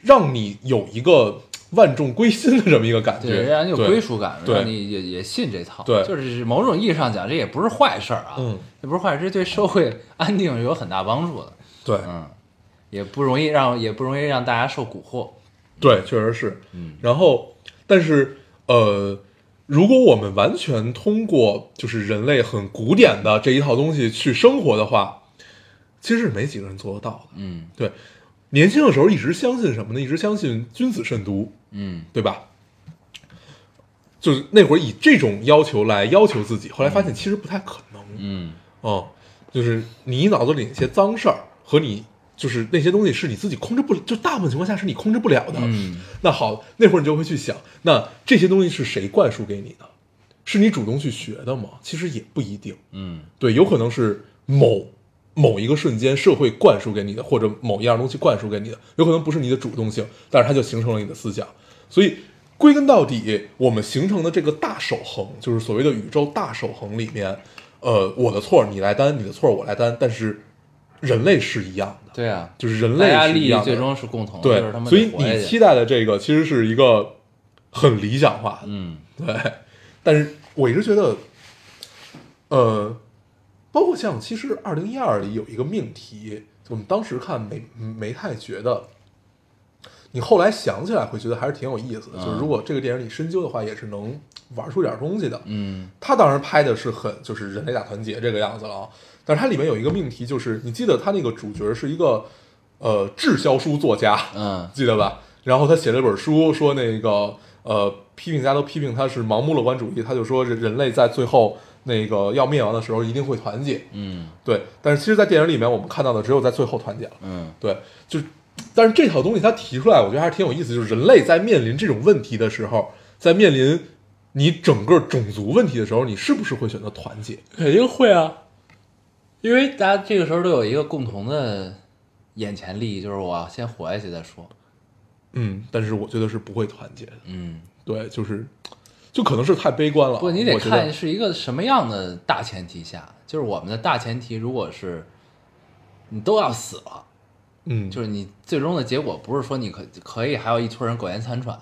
S2: 让你有一个万众归心的这么一个感觉，
S1: 对，让人有
S2: 对
S1: 归属感，
S2: 对
S1: 让你也也信这套，
S2: 对
S1: 就是某种意义上讲，这也不是坏事儿啊，
S2: 嗯，
S1: 也不是坏事，这对社会安定是有很大帮助的，
S2: 对、
S1: 嗯，也不容易让也不容易让大家受蛊惑，
S2: 对，确实是。
S1: 嗯
S2: 然后，但是呃，如果我们完全通过就是人类很古典的这一套东西去生活的话，其实是没几个人做得到的。
S1: 嗯
S2: 对，年轻的时候一直相信什么呢？一直相信君子慎独，
S1: 嗯
S2: 对吧？就是那会儿以这种要求来要求自己，后来发现其实不太可能。
S1: 嗯
S2: 嗯，就是你脑子里那些脏事儿和你就是那些东西是你自己控制不了，就大部分情况下是你控制不了的。
S1: 嗯
S2: 那好，那会儿你就会去想，那这些东西是谁灌输给你的？是你主动去学的吗？其实也不一定。
S1: 嗯
S2: 对，有可能是某某一个瞬间社会灌输给你的，或者某一样东西灌输给你的，有可能不是你的主动性，但是它就形成了你的思想。所以归根到底，我们形成的这个大守恒，就是所谓的宇宙大守恒里面，呃，我的错你来担，你的错我来担，但是人类是一样的，
S1: 对啊，
S2: 就是人
S1: 大
S2: 类
S1: 家
S2: 是
S1: 利
S2: 一
S1: 益
S2: 样的，
S1: 最终是共同的，
S2: 对
S1: 就是他，们
S2: 所以
S1: 得活下
S2: 你
S1: 去
S2: 期待的这个其实是一个很理想化的，
S1: 嗯
S2: 对，但是我一直觉得，呃，包括像其实二零一二里有一个命题，我们当时看没没太觉得，你后来想起来会觉得还是挺有意
S1: 嗯
S2: 思的。就是如果这个电影你深究的话，也是能玩出点东西的。
S1: 嗯
S2: 他当时拍的是很就是人类大团结这个样子了啊，但是它里面有一个命题，就是你记得他那个主角是一个呃滞销书作家，
S1: 嗯
S2: 记得吧？然后他写了一本书，说那个呃，批评家都批评他是盲目乐观主义，他就说人人类在最后那个要灭亡的时候一定会团结。
S1: 嗯
S2: 对，但是其实，在电影里面我们看到的只有在最后团结了。
S1: 嗯
S2: 对，就但是这套东西它提出来，我觉得还是挺有意思。就是人类在面临这种问题的时候，在面临你整个种族问题的时候，你是不是会选择团结？
S1: 肯定会啊，因为大家这个时候都有一个共同的眼前利益，就是我先活下去再说。
S2: 嗯，但是我觉得是不会团结的。
S1: 嗯，
S2: 对，就是就可能是太悲观了啊。
S1: 不，你得
S2: 我觉得
S1: 看是一个什么样的大前提下，就是我们的大前提，如果是你都要死了，
S2: 嗯，
S1: 就是你最终的结果不是说你可可以还有一撮人苟延残喘，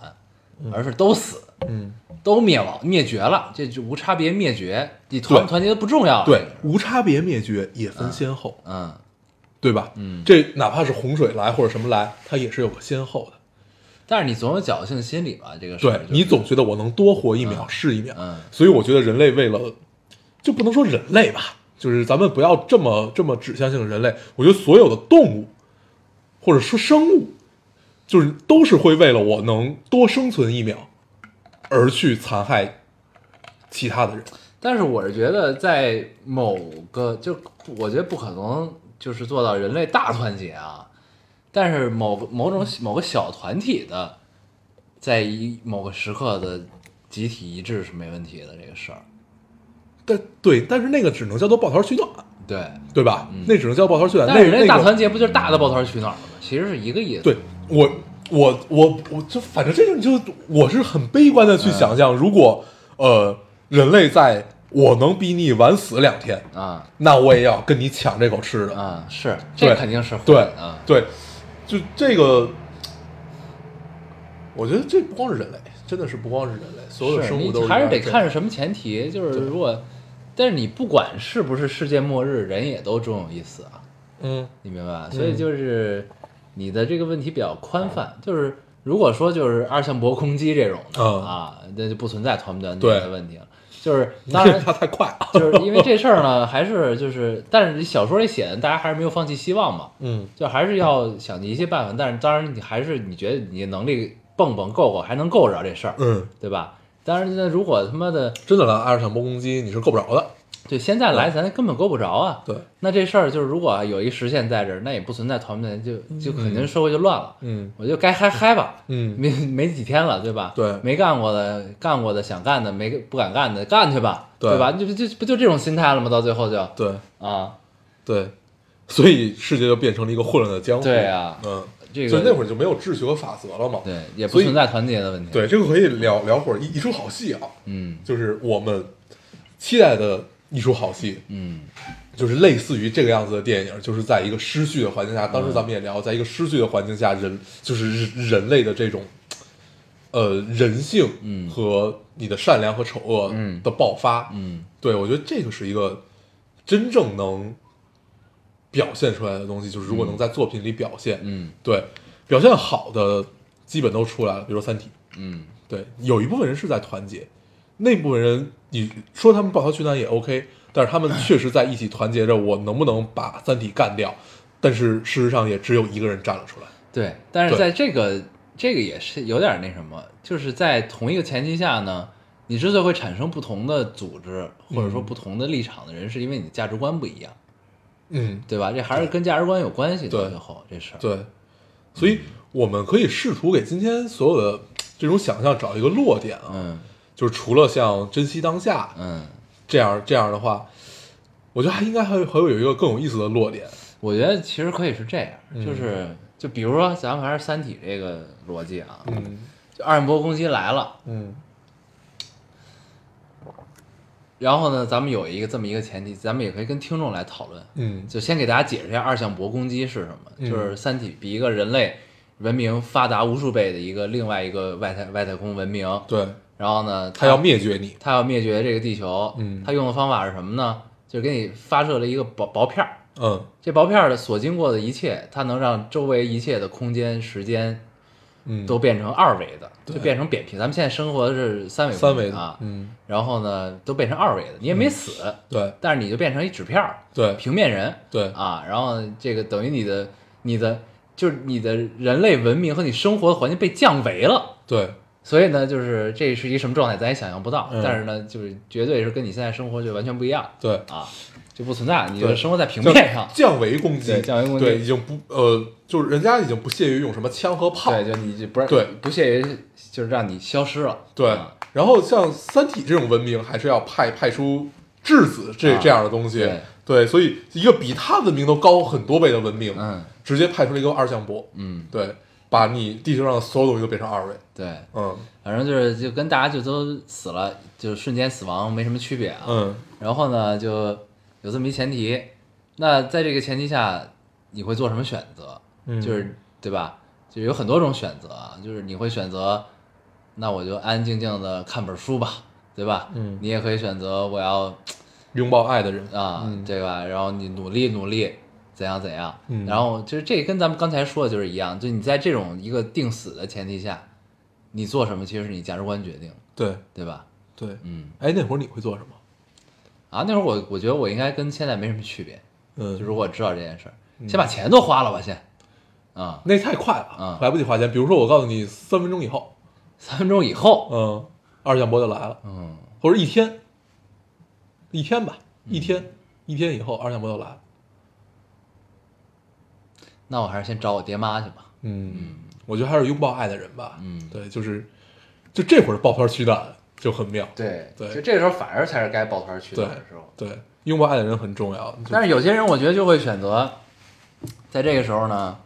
S1: 而是都死。
S2: 嗯。
S1: 都灭亡灭绝了，这就无差别灭绝，你团不
S2: 对
S1: 团结都不重要了。
S2: 对，无差别灭绝也分先后，
S1: 嗯，
S2: 对吧？
S1: 嗯
S2: 这哪怕是洪水来或者什么来，它也是有个先后的。
S1: 但是你总有侥幸心理吧？这个事儿
S2: 对
S1: 就是
S2: 你总觉得我能多活一秒、是一秒，
S1: 嗯
S2: 所以我觉得人类为了，就不能说人类吧，就是咱们不要这么这么指向性的人类。我觉得所有的动物或者说生物，就是都是会为了我能多生存一秒而去残害其他的人。
S1: 但是我是觉得在某个就我觉得不可能就是做到人类大团结啊，但是某个某种某个小团体的，在一某个时刻的集体一致是没问题的这个事儿。
S2: 但对，但是那个只能叫做抱团取暖，
S1: 对，
S2: 对吧？
S1: 嗯
S2: 那只能叫抱团取暖。
S1: 但是
S2: 那
S1: 人类
S2: 那
S1: 大
S2: 个
S1: 团结不就是大的抱团取暖了吗？其实是一个意思。
S2: 对我，我，我，我就反正这种就我是很悲观
S1: 嗯
S2: 的去想象，如果呃人类在我能比你晚死两天，
S1: 啊
S2: 那我也要跟你抢这口吃的。
S1: 啊，是
S2: 对
S1: 这肯定是会
S2: 对
S1: 啊，
S2: 对，就这个，我觉得这不光是人类，真的是不光是人类，所有的
S1: 是
S2: 生
S1: 你
S2: 物都
S1: 还
S2: 是
S1: 是得
S2: 这样
S1: 看是什么前提，就是如果，但是你不管是不是世界末日，人也都终有一死啊，
S2: 嗯
S1: 你明白吧？所以就是你的这个问题比较宽泛，就是如果说就是二向箔攻击这种的
S2: 嗯
S1: 啊，那就不存在团不团结
S2: 对，
S1: 的问题了。就是当然
S2: 它太快了。
S1: 就是因为这事儿呢，还是就是，但是小说里写的，大家还是没有放弃希望嘛，
S2: 嗯
S1: 就还是要想尽一切办法。但是当然，你还是你觉得你能力蹦蹦够够，还能够着这事儿，
S2: 嗯，
S1: 对吧？当然，那如果他妈的
S2: 真的来阿尔坦波攻击你是够不着的。
S1: 就现在来，咱根本够不着啊。
S2: 对，
S1: 那这事儿就是，如果有一实现在这儿，那也不存在团不团结，就就肯定社会就乱了。
S2: 嗯
S1: 我就该嗨嗨吧，
S2: 嗯
S1: 没没几天了，对吧？
S2: 对
S1: 没干过的、干过的、想干的、没不敢干的，干去吧，
S2: 对
S1: 吧？就就不就这种心态了吗？到最后就
S2: 对
S1: 啊，
S2: 对，所以世界就变成了一个混乱的江湖。
S1: 对啊
S2: 嗯。
S1: 这
S2: 所
S1: 个
S2: 以那会儿就没有秩序和法则了嘛。
S1: 对也不
S2: 所以
S1: 存在团结的问题。，
S2: 对，这个可以聊聊会儿一一出好戏啊，
S1: 嗯
S2: 就是我们期待的一出好戏，
S1: 嗯，
S2: 就是类似于这个样子的电影，就是在一个失序的环境下，当时咱们也聊，在一个失序的环境下，人就是人人类的这种呃人性，
S1: 嗯
S2: 和你的善良和丑恶
S1: 嗯
S2: 的爆发，
S1: 嗯，
S2: 对我觉得这个是一个真正能表现出来的东西，就是如果能在作品里表现，
S1: 嗯
S2: 对，表现好的基本都出来了，比如说《三体》，
S1: 嗯
S2: 对，有一部分人是在团结，那部分人你说他们抱团取暖也 OK，但是他们确实在一起团结着，我能不能把《三体》干掉？但是事实上也只有一个人站了出来，
S1: 对，但是
S2: 对
S1: 在这个这个也是有点那什么，就是在同一个前提下呢，你之所以会产生不同的组织或者说不同的立场的人，是因为你的价值观不一样，
S2: 嗯，
S1: 对吧？这还是跟价值观有关系的。
S2: 对
S1: 最后这事儿，
S2: 对，所以我们可以试图给今天所有的这种想象找一个落点啊，
S1: 嗯
S2: 就是除了像珍惜当下
S1: 嗯，
S2: 这样这样的话，我觉得还应该还还会有一个更有意思的落点，
S1: 我觉得其实可以是这样，
S2: 嗯
S1: 就是就比如说咱们还是《三体》这个逻辑啊，
S2: 嗯
S1: 就二波攻击来了，
S2: 嗯
S1: 然后呢，咱们有一个这么一个前提，咱们也可以跟听众来讨论，
S2: 嗯
S1: 就先给大家解释一下二向箔攻击是什么，
S2: 嗯
S1: 就是《三体》比一个人类文明发达无数倍的一个另外一个外太外太空文明，
S2: 对
S1: 然后呢，
S2: 他要灭绝你，
S1: 它要灭绝这个地球，
S2: 嗯
S1: 它用的方法是什么呢？就是给你发射了一个薄薄片儿，
S2: 嗯
S1: 这薄片儿的所经过的一切，它能让周围一切的空间、时间，
S2: 嗯，
S1: 都变成二维的，就变成扁平。咱们现在生活的是三维
S2: 三维的
S1: 啊，
S2: 嗯，
S1: 然后呢都变成二维的，你也没死，
S2: 对
S1: 但是你就变成一纸片儿，
S2: 对
S1: 平面人，
S2: 对
S1: 啊，然后这个等于你的你的就是你的人类文明和你生活的环境被降维了。
S2: 对，
S1: 所以呢，就是这是一什么状态，咱也想象不到。
S2: 嗯
S1: 但是呢，就是绝对是跟你现在生活就完全不一样
S2: 对，
S1: 啊，就不存在了。你就
S2: 对
S1: 生活在平
S2: 叫
S1: 面上，
S2: 降维攻击，
S1: 对降维攻击
S2: 对，已经不呃，就是人家已经不屑于用什么枪和炮，
S1: 对，就你就不是
S2: 对
S1: 不屑于就是让你消失了。
S2: 对
S1: 啊，
S2: 然后像《三体》这种文明，还是要派派出质子这
S1: 啊
S2: 这样的东西
S1: 对。
S2: 对，所以一个比他文明都高很多倍的文明，
S1: 嗯
S2: 直接派出了一个二向箔，
S1: 嗯，
S2: 对，把你地球上的所有东西都变成二维，
S1: 对，
S2: 嗯
S1: 反正就是就跟大家就都死了，就瞬间死亡没什么区别啊。
S2: 嗯
S1: 然后呢，就有这么一前提，那在这个前提下，你会做什么选择？
S2: 嗯
S1: 就是对吧？就有很多种选择啊，就是你会选择，那我就安安静静的看本书吧，对吧？
S2: 嗯
S1: 你也可以选择我要
S2: 拥抱爱的人，
S1: 啊，对吧？然后你努力努力，怎样怎样，
S2: 嗯
S1: 然后就是这跟咱们刚才说的就是一样，就你在这种一个定死的前提下，你做什么其实是你价值观决定的，
S2: 对
S1: 对吧？
S2: 对，
S1: 嗯
S2: 哎，那会儿你会做什么？
S1: 啊，那会儿我我觉得我应该跟现在没什么区别，
S2: 嗯，
S1: 就如果我知道这件事儿，先把钱都花了吧，先，啊、
S2: 那太快了，
S1: 嗯
S2: 来不及花钱。比如说，我告诉你，三分钟以后，
S1: 三分钟以后，
S2: 嗯，二向箔就来了，
S1: 嗯，
S2: 或者一天，一天吧，一天，一天以后二向箔就来了。
S1: 那我还是先找我爹妈去吧。
S2: 嗯，我觉得还是拥抱爱的人吧。
S1: 嗯
S2: 对，就是就这会儿抱团取暖就很妙。
S1: 对
S2: 对
S1: 就这时候反而才是该抱团取
S2: 对
S1: 暖的时候。
S2: 对，拥抱爱的人很重要。就
S1: 但是有些人我觉得就会选择，在这个时候呢，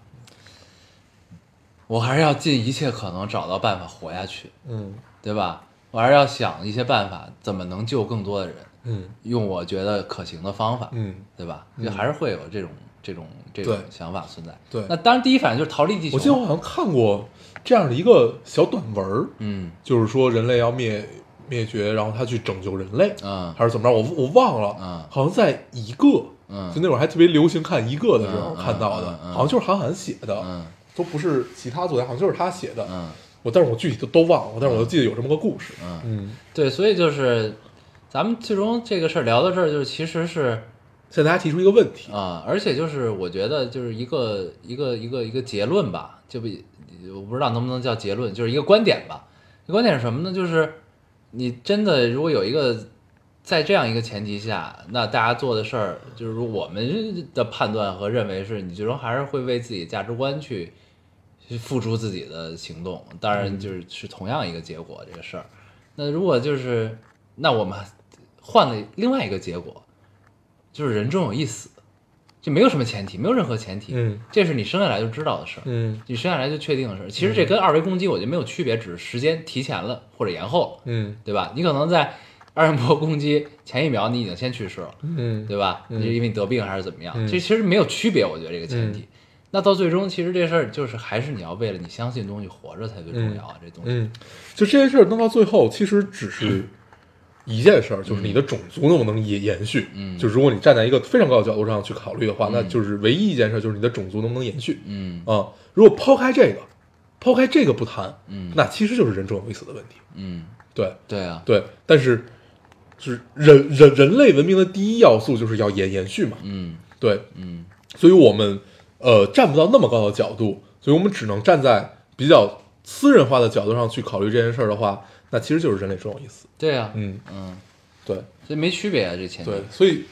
S1: 我还是要尽一切可能找到办法活下去，
S2: 嗯
S1: 对吧？我还是要想一些办法，怎么能救更多的人，
S2: 嗯
S1: 用我觉得可行的方法，
S2: 嗯，
S1: 对吧？就还是会有这种这种这种
S2: 对
S1: 想法存在。
S2: 对
S1: 那当然第一反应就是逃离地球。
S2: 我记得我好像看过这样的一个小短文儿，
S1: 嗯
S2: 就是说人类要灭灭绝，然后他去拯救人类，
S1: 嗯
S2: 还是怎么着？我我忘了，
S1: 嗯
S2: 好像在一个。
S1: 嗯
S2: 就那会儿还特别流行看一个的时候
S1: 嗯嗯
S2: 看到的
S1: 嗯，嗯
S2: 好像就是韩寒写的，
S1: 嗯
S2: 都不是其他作家，好像就是他写的。
S1: 嗯，
S2: 我但是我具体都都忘了，但是我就记得有这么个故事。
S1: 嗯
S2: 嗯，
S1: 对，所以就是咱们最终这个事儿聊到这儿，就是其实是
S2: 向大家提出一个问题，
S1: 啊、而且就是我觉得就是一个一个一个一个结论吧，就比我不知道能不能叫结论，就是一个观点吧。这观点是什么呢？就是你真的如果有一个在这样一个前提下，那大家做的事儿，就是说我们的判断和认为是你最终还是会为自己的价值观去去付出自己的行动，当然
S2: 嗯
S1: 就是是同样一个结果这个事儿。那如果就是那我们换了另外一个结果，就是人终有一死，就没有什么前提，没有任何前提，
S2: 嗯
S1: 这是你生下来就知道的事儿，
S2: 嗯
S1: 你生下来就确定的事儿。其实这跟二维攻击我觉得没有区别，只是时间提前了或者延后了，
S2: 嗯
S1: 对吧？你可能在二向箔攻击前一秒你已经先去世了，
S2: 嗯，
S1: 对吧？
S2: 嗯
S1: 你是因为你得病还是怎么样？
S2: 嗯
S1: 这其实没有区别，我觉得这个前提。
S2: 嗯
S1: 那到最终，其实这事儿就是还是你要为了你相信的东西活着才最重要啊，这东西。
S2: 嗯，就这件事儿弄到最后，其实只是一件事儿，就是你的种族能不能延延续。
S1: 嗯
S2: 就如果你站在一个非常高的角度上去考虑的话，
S1: 嗯
S2: 那就是唯一一件事儿，就是你的种族能不能延续
S1: 嗯
S2: 啊。如果抛开这个，抛开这个不谈，
S1: 嗯
S2: 那其实就是人终有一死的问题。
S1: 嗯，
S2: 对
S1: 对啊，
S2: 对，但是就是人人人类文明的第一要素就是要延延续嘛。
S1: 嗯
S2: 对，
S1: 嗯
S2: 所以我们呃站不到那么高的角度，所以我们只能站在比较私人化的角度上去考虑这件事儿的话，那其实就是人类终有一死。
S1: 对啊，
S2: 嗯，
S1: 嗯，
S2: 对
S1: 所以没区别啊，这前提
S2: 对，所以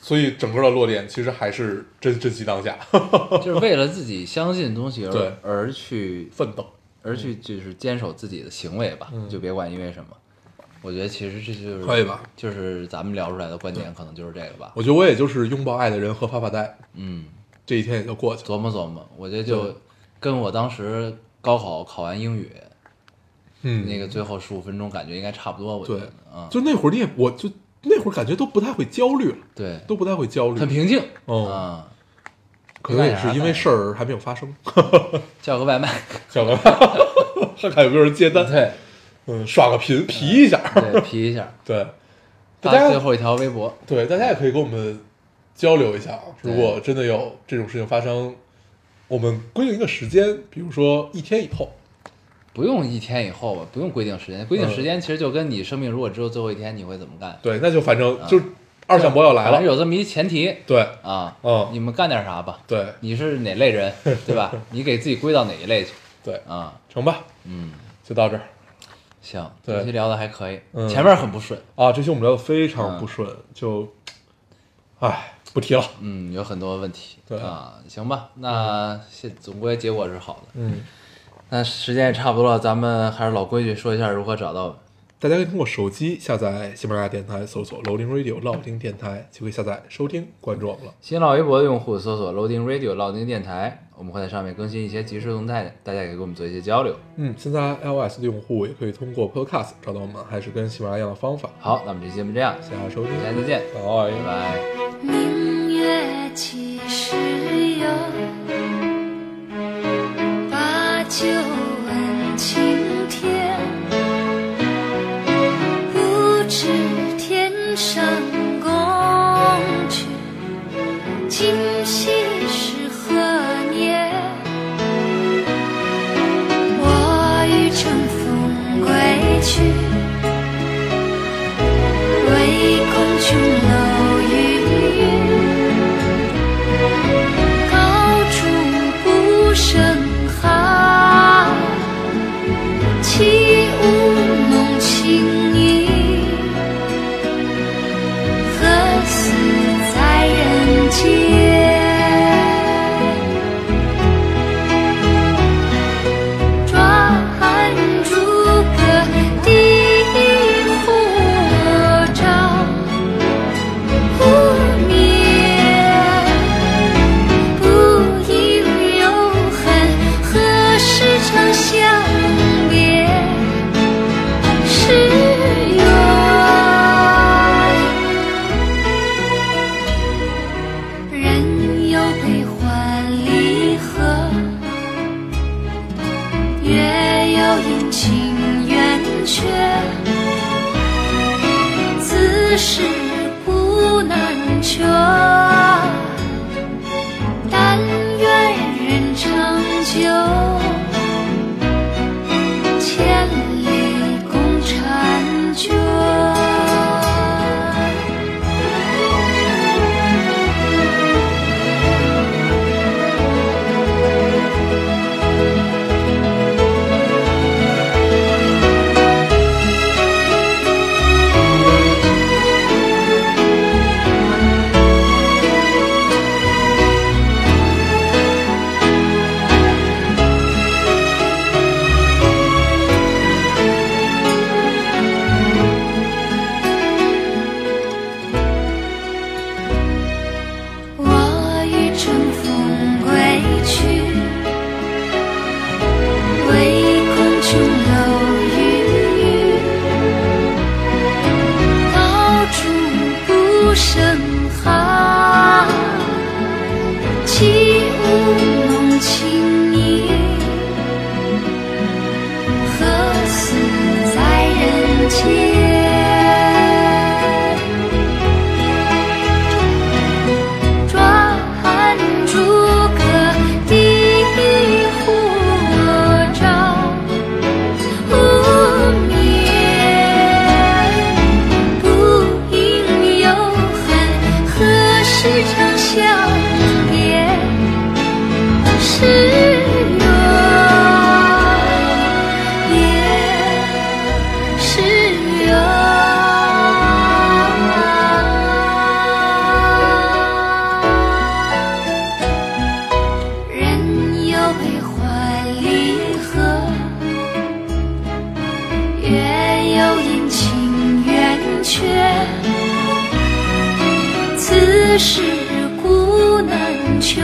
S2: 所以整个的落点其实还是珍珍惜当下，
S1: 就是为了自己相信的东西
S2: 对
S1: 而而去
S2: 奋斗。
S1: 而去就是坚守自己的行为吧，
S2: 嗯
S1: 就别管因为什么。我觉得其实这就是
S2: 可以吧？
S1: 就是咱们聊出来的观点，可能就是这个吧。
S2: 我觉得我也就是拥抱爱的人和发发呆，
S1: 嗯，
S2: 这一天也就过去了。
S1: 琢磨琢磨，我觉得
S2: 对
S1: 就跟我当时高考考完英语
S2: 嗯，
S1: 那个最后十五分钟感觉应该差不多。我觉
S2: 对
S1: 得，啊，
S2: 就那会儿你也，我就那会儿感觉都不太会焦虑了，
S1: 对，
S2: 都不太会焦虑，
S1: 很平静。
S2: 哦
S1: 啊，
S2: 可能也是因为事儿还没有发 生。
S1: 叫个外卖，
S2: 小哥，看看有没有人接单，
S1: 对
S2: 嗯，耍个贫皮一下。
S1: 对，皮 一下。
S2: 对，大
S1: 发最
S2: 家
S1: 后一条微博，
S2: 对大家也可以跟我们交流一下啊。
S1: 对
S2: 如果真的有这种事情发生，我们规定一个时间，比如说一天以后，
S1: 不用一天以后吧，不用规定时间，规定
S2: 嗯
S1: 时间其实就跟你生命如果只有最后一天，你会怎么干？
S2: 对，那就反正就二向箔要来
S1: 反正
S2: 了，
S1: 有这么一前提
S2: 对
S1: 啊，
S2: 嗯
S1: 你们干点啥吧？
S2: 对
S1: 你是哪类 人，对吧？你给自己归到哪一类去
S2: 对，
S1: 啊？
S2: 成吧，
S1: 嗯，
S2: 就到这儿
S1: 行，
S2: 对
S1: 这期聊的还可以，
S2: 嗯
S1: 前面很不顺，
S2: 啊。这期我们聊的非常不顺，就，唉，不提了。
S1: 嗯，有很多问题，
S2: 对
S1: 啊，行吧，那现总归结果是好的。
S2: 嗯，
S1: 那时间也差不多了，咱们还是老规矩，说一下如何找到我们。
S2: 大家可以通过手机下载喜马拉雅电台，搜索 Loading Radio 老丁电台，就可以下载收听关注我们了。
S1: 新浪微博的用户搜索 Loading Radio 老丁电台，我们会在上面更新一些即时动态，大家也可以跟我们做一些交流。
S2: 嗯，现在 iOS 的用户也可以通过 Podcast 找到我们，还是跟喜马拉雅一样的方法。
S1: 好，那我们这期节目这样，
S2: 谢谢大家收听，
S1: 大家再见，
S2: 拜
S1: 拜。拜。
S4: 明月几时有？把酒问青天。不知天上宫阙，今夕是何年？我欲乘风归去。唯恐琼楼玉宇，高处不胜寒。起舞弄清影，何似在人间？抓住个地火着不灭，不应有恨，何时长相别？是缘。人有悲欢离合。月有阴晴圆缺，此事古难求。但愿人长久，千里共婵娟。我欲乘风归去，唯恐琼楼玉宇，高处不胜寒。起舞弄清影，何似在人间？抓住个地火着不灭，不应有恨，何时长相别？是缘，也是缘。人有悲欢离合，月有阴晴圆缺，此事古难求。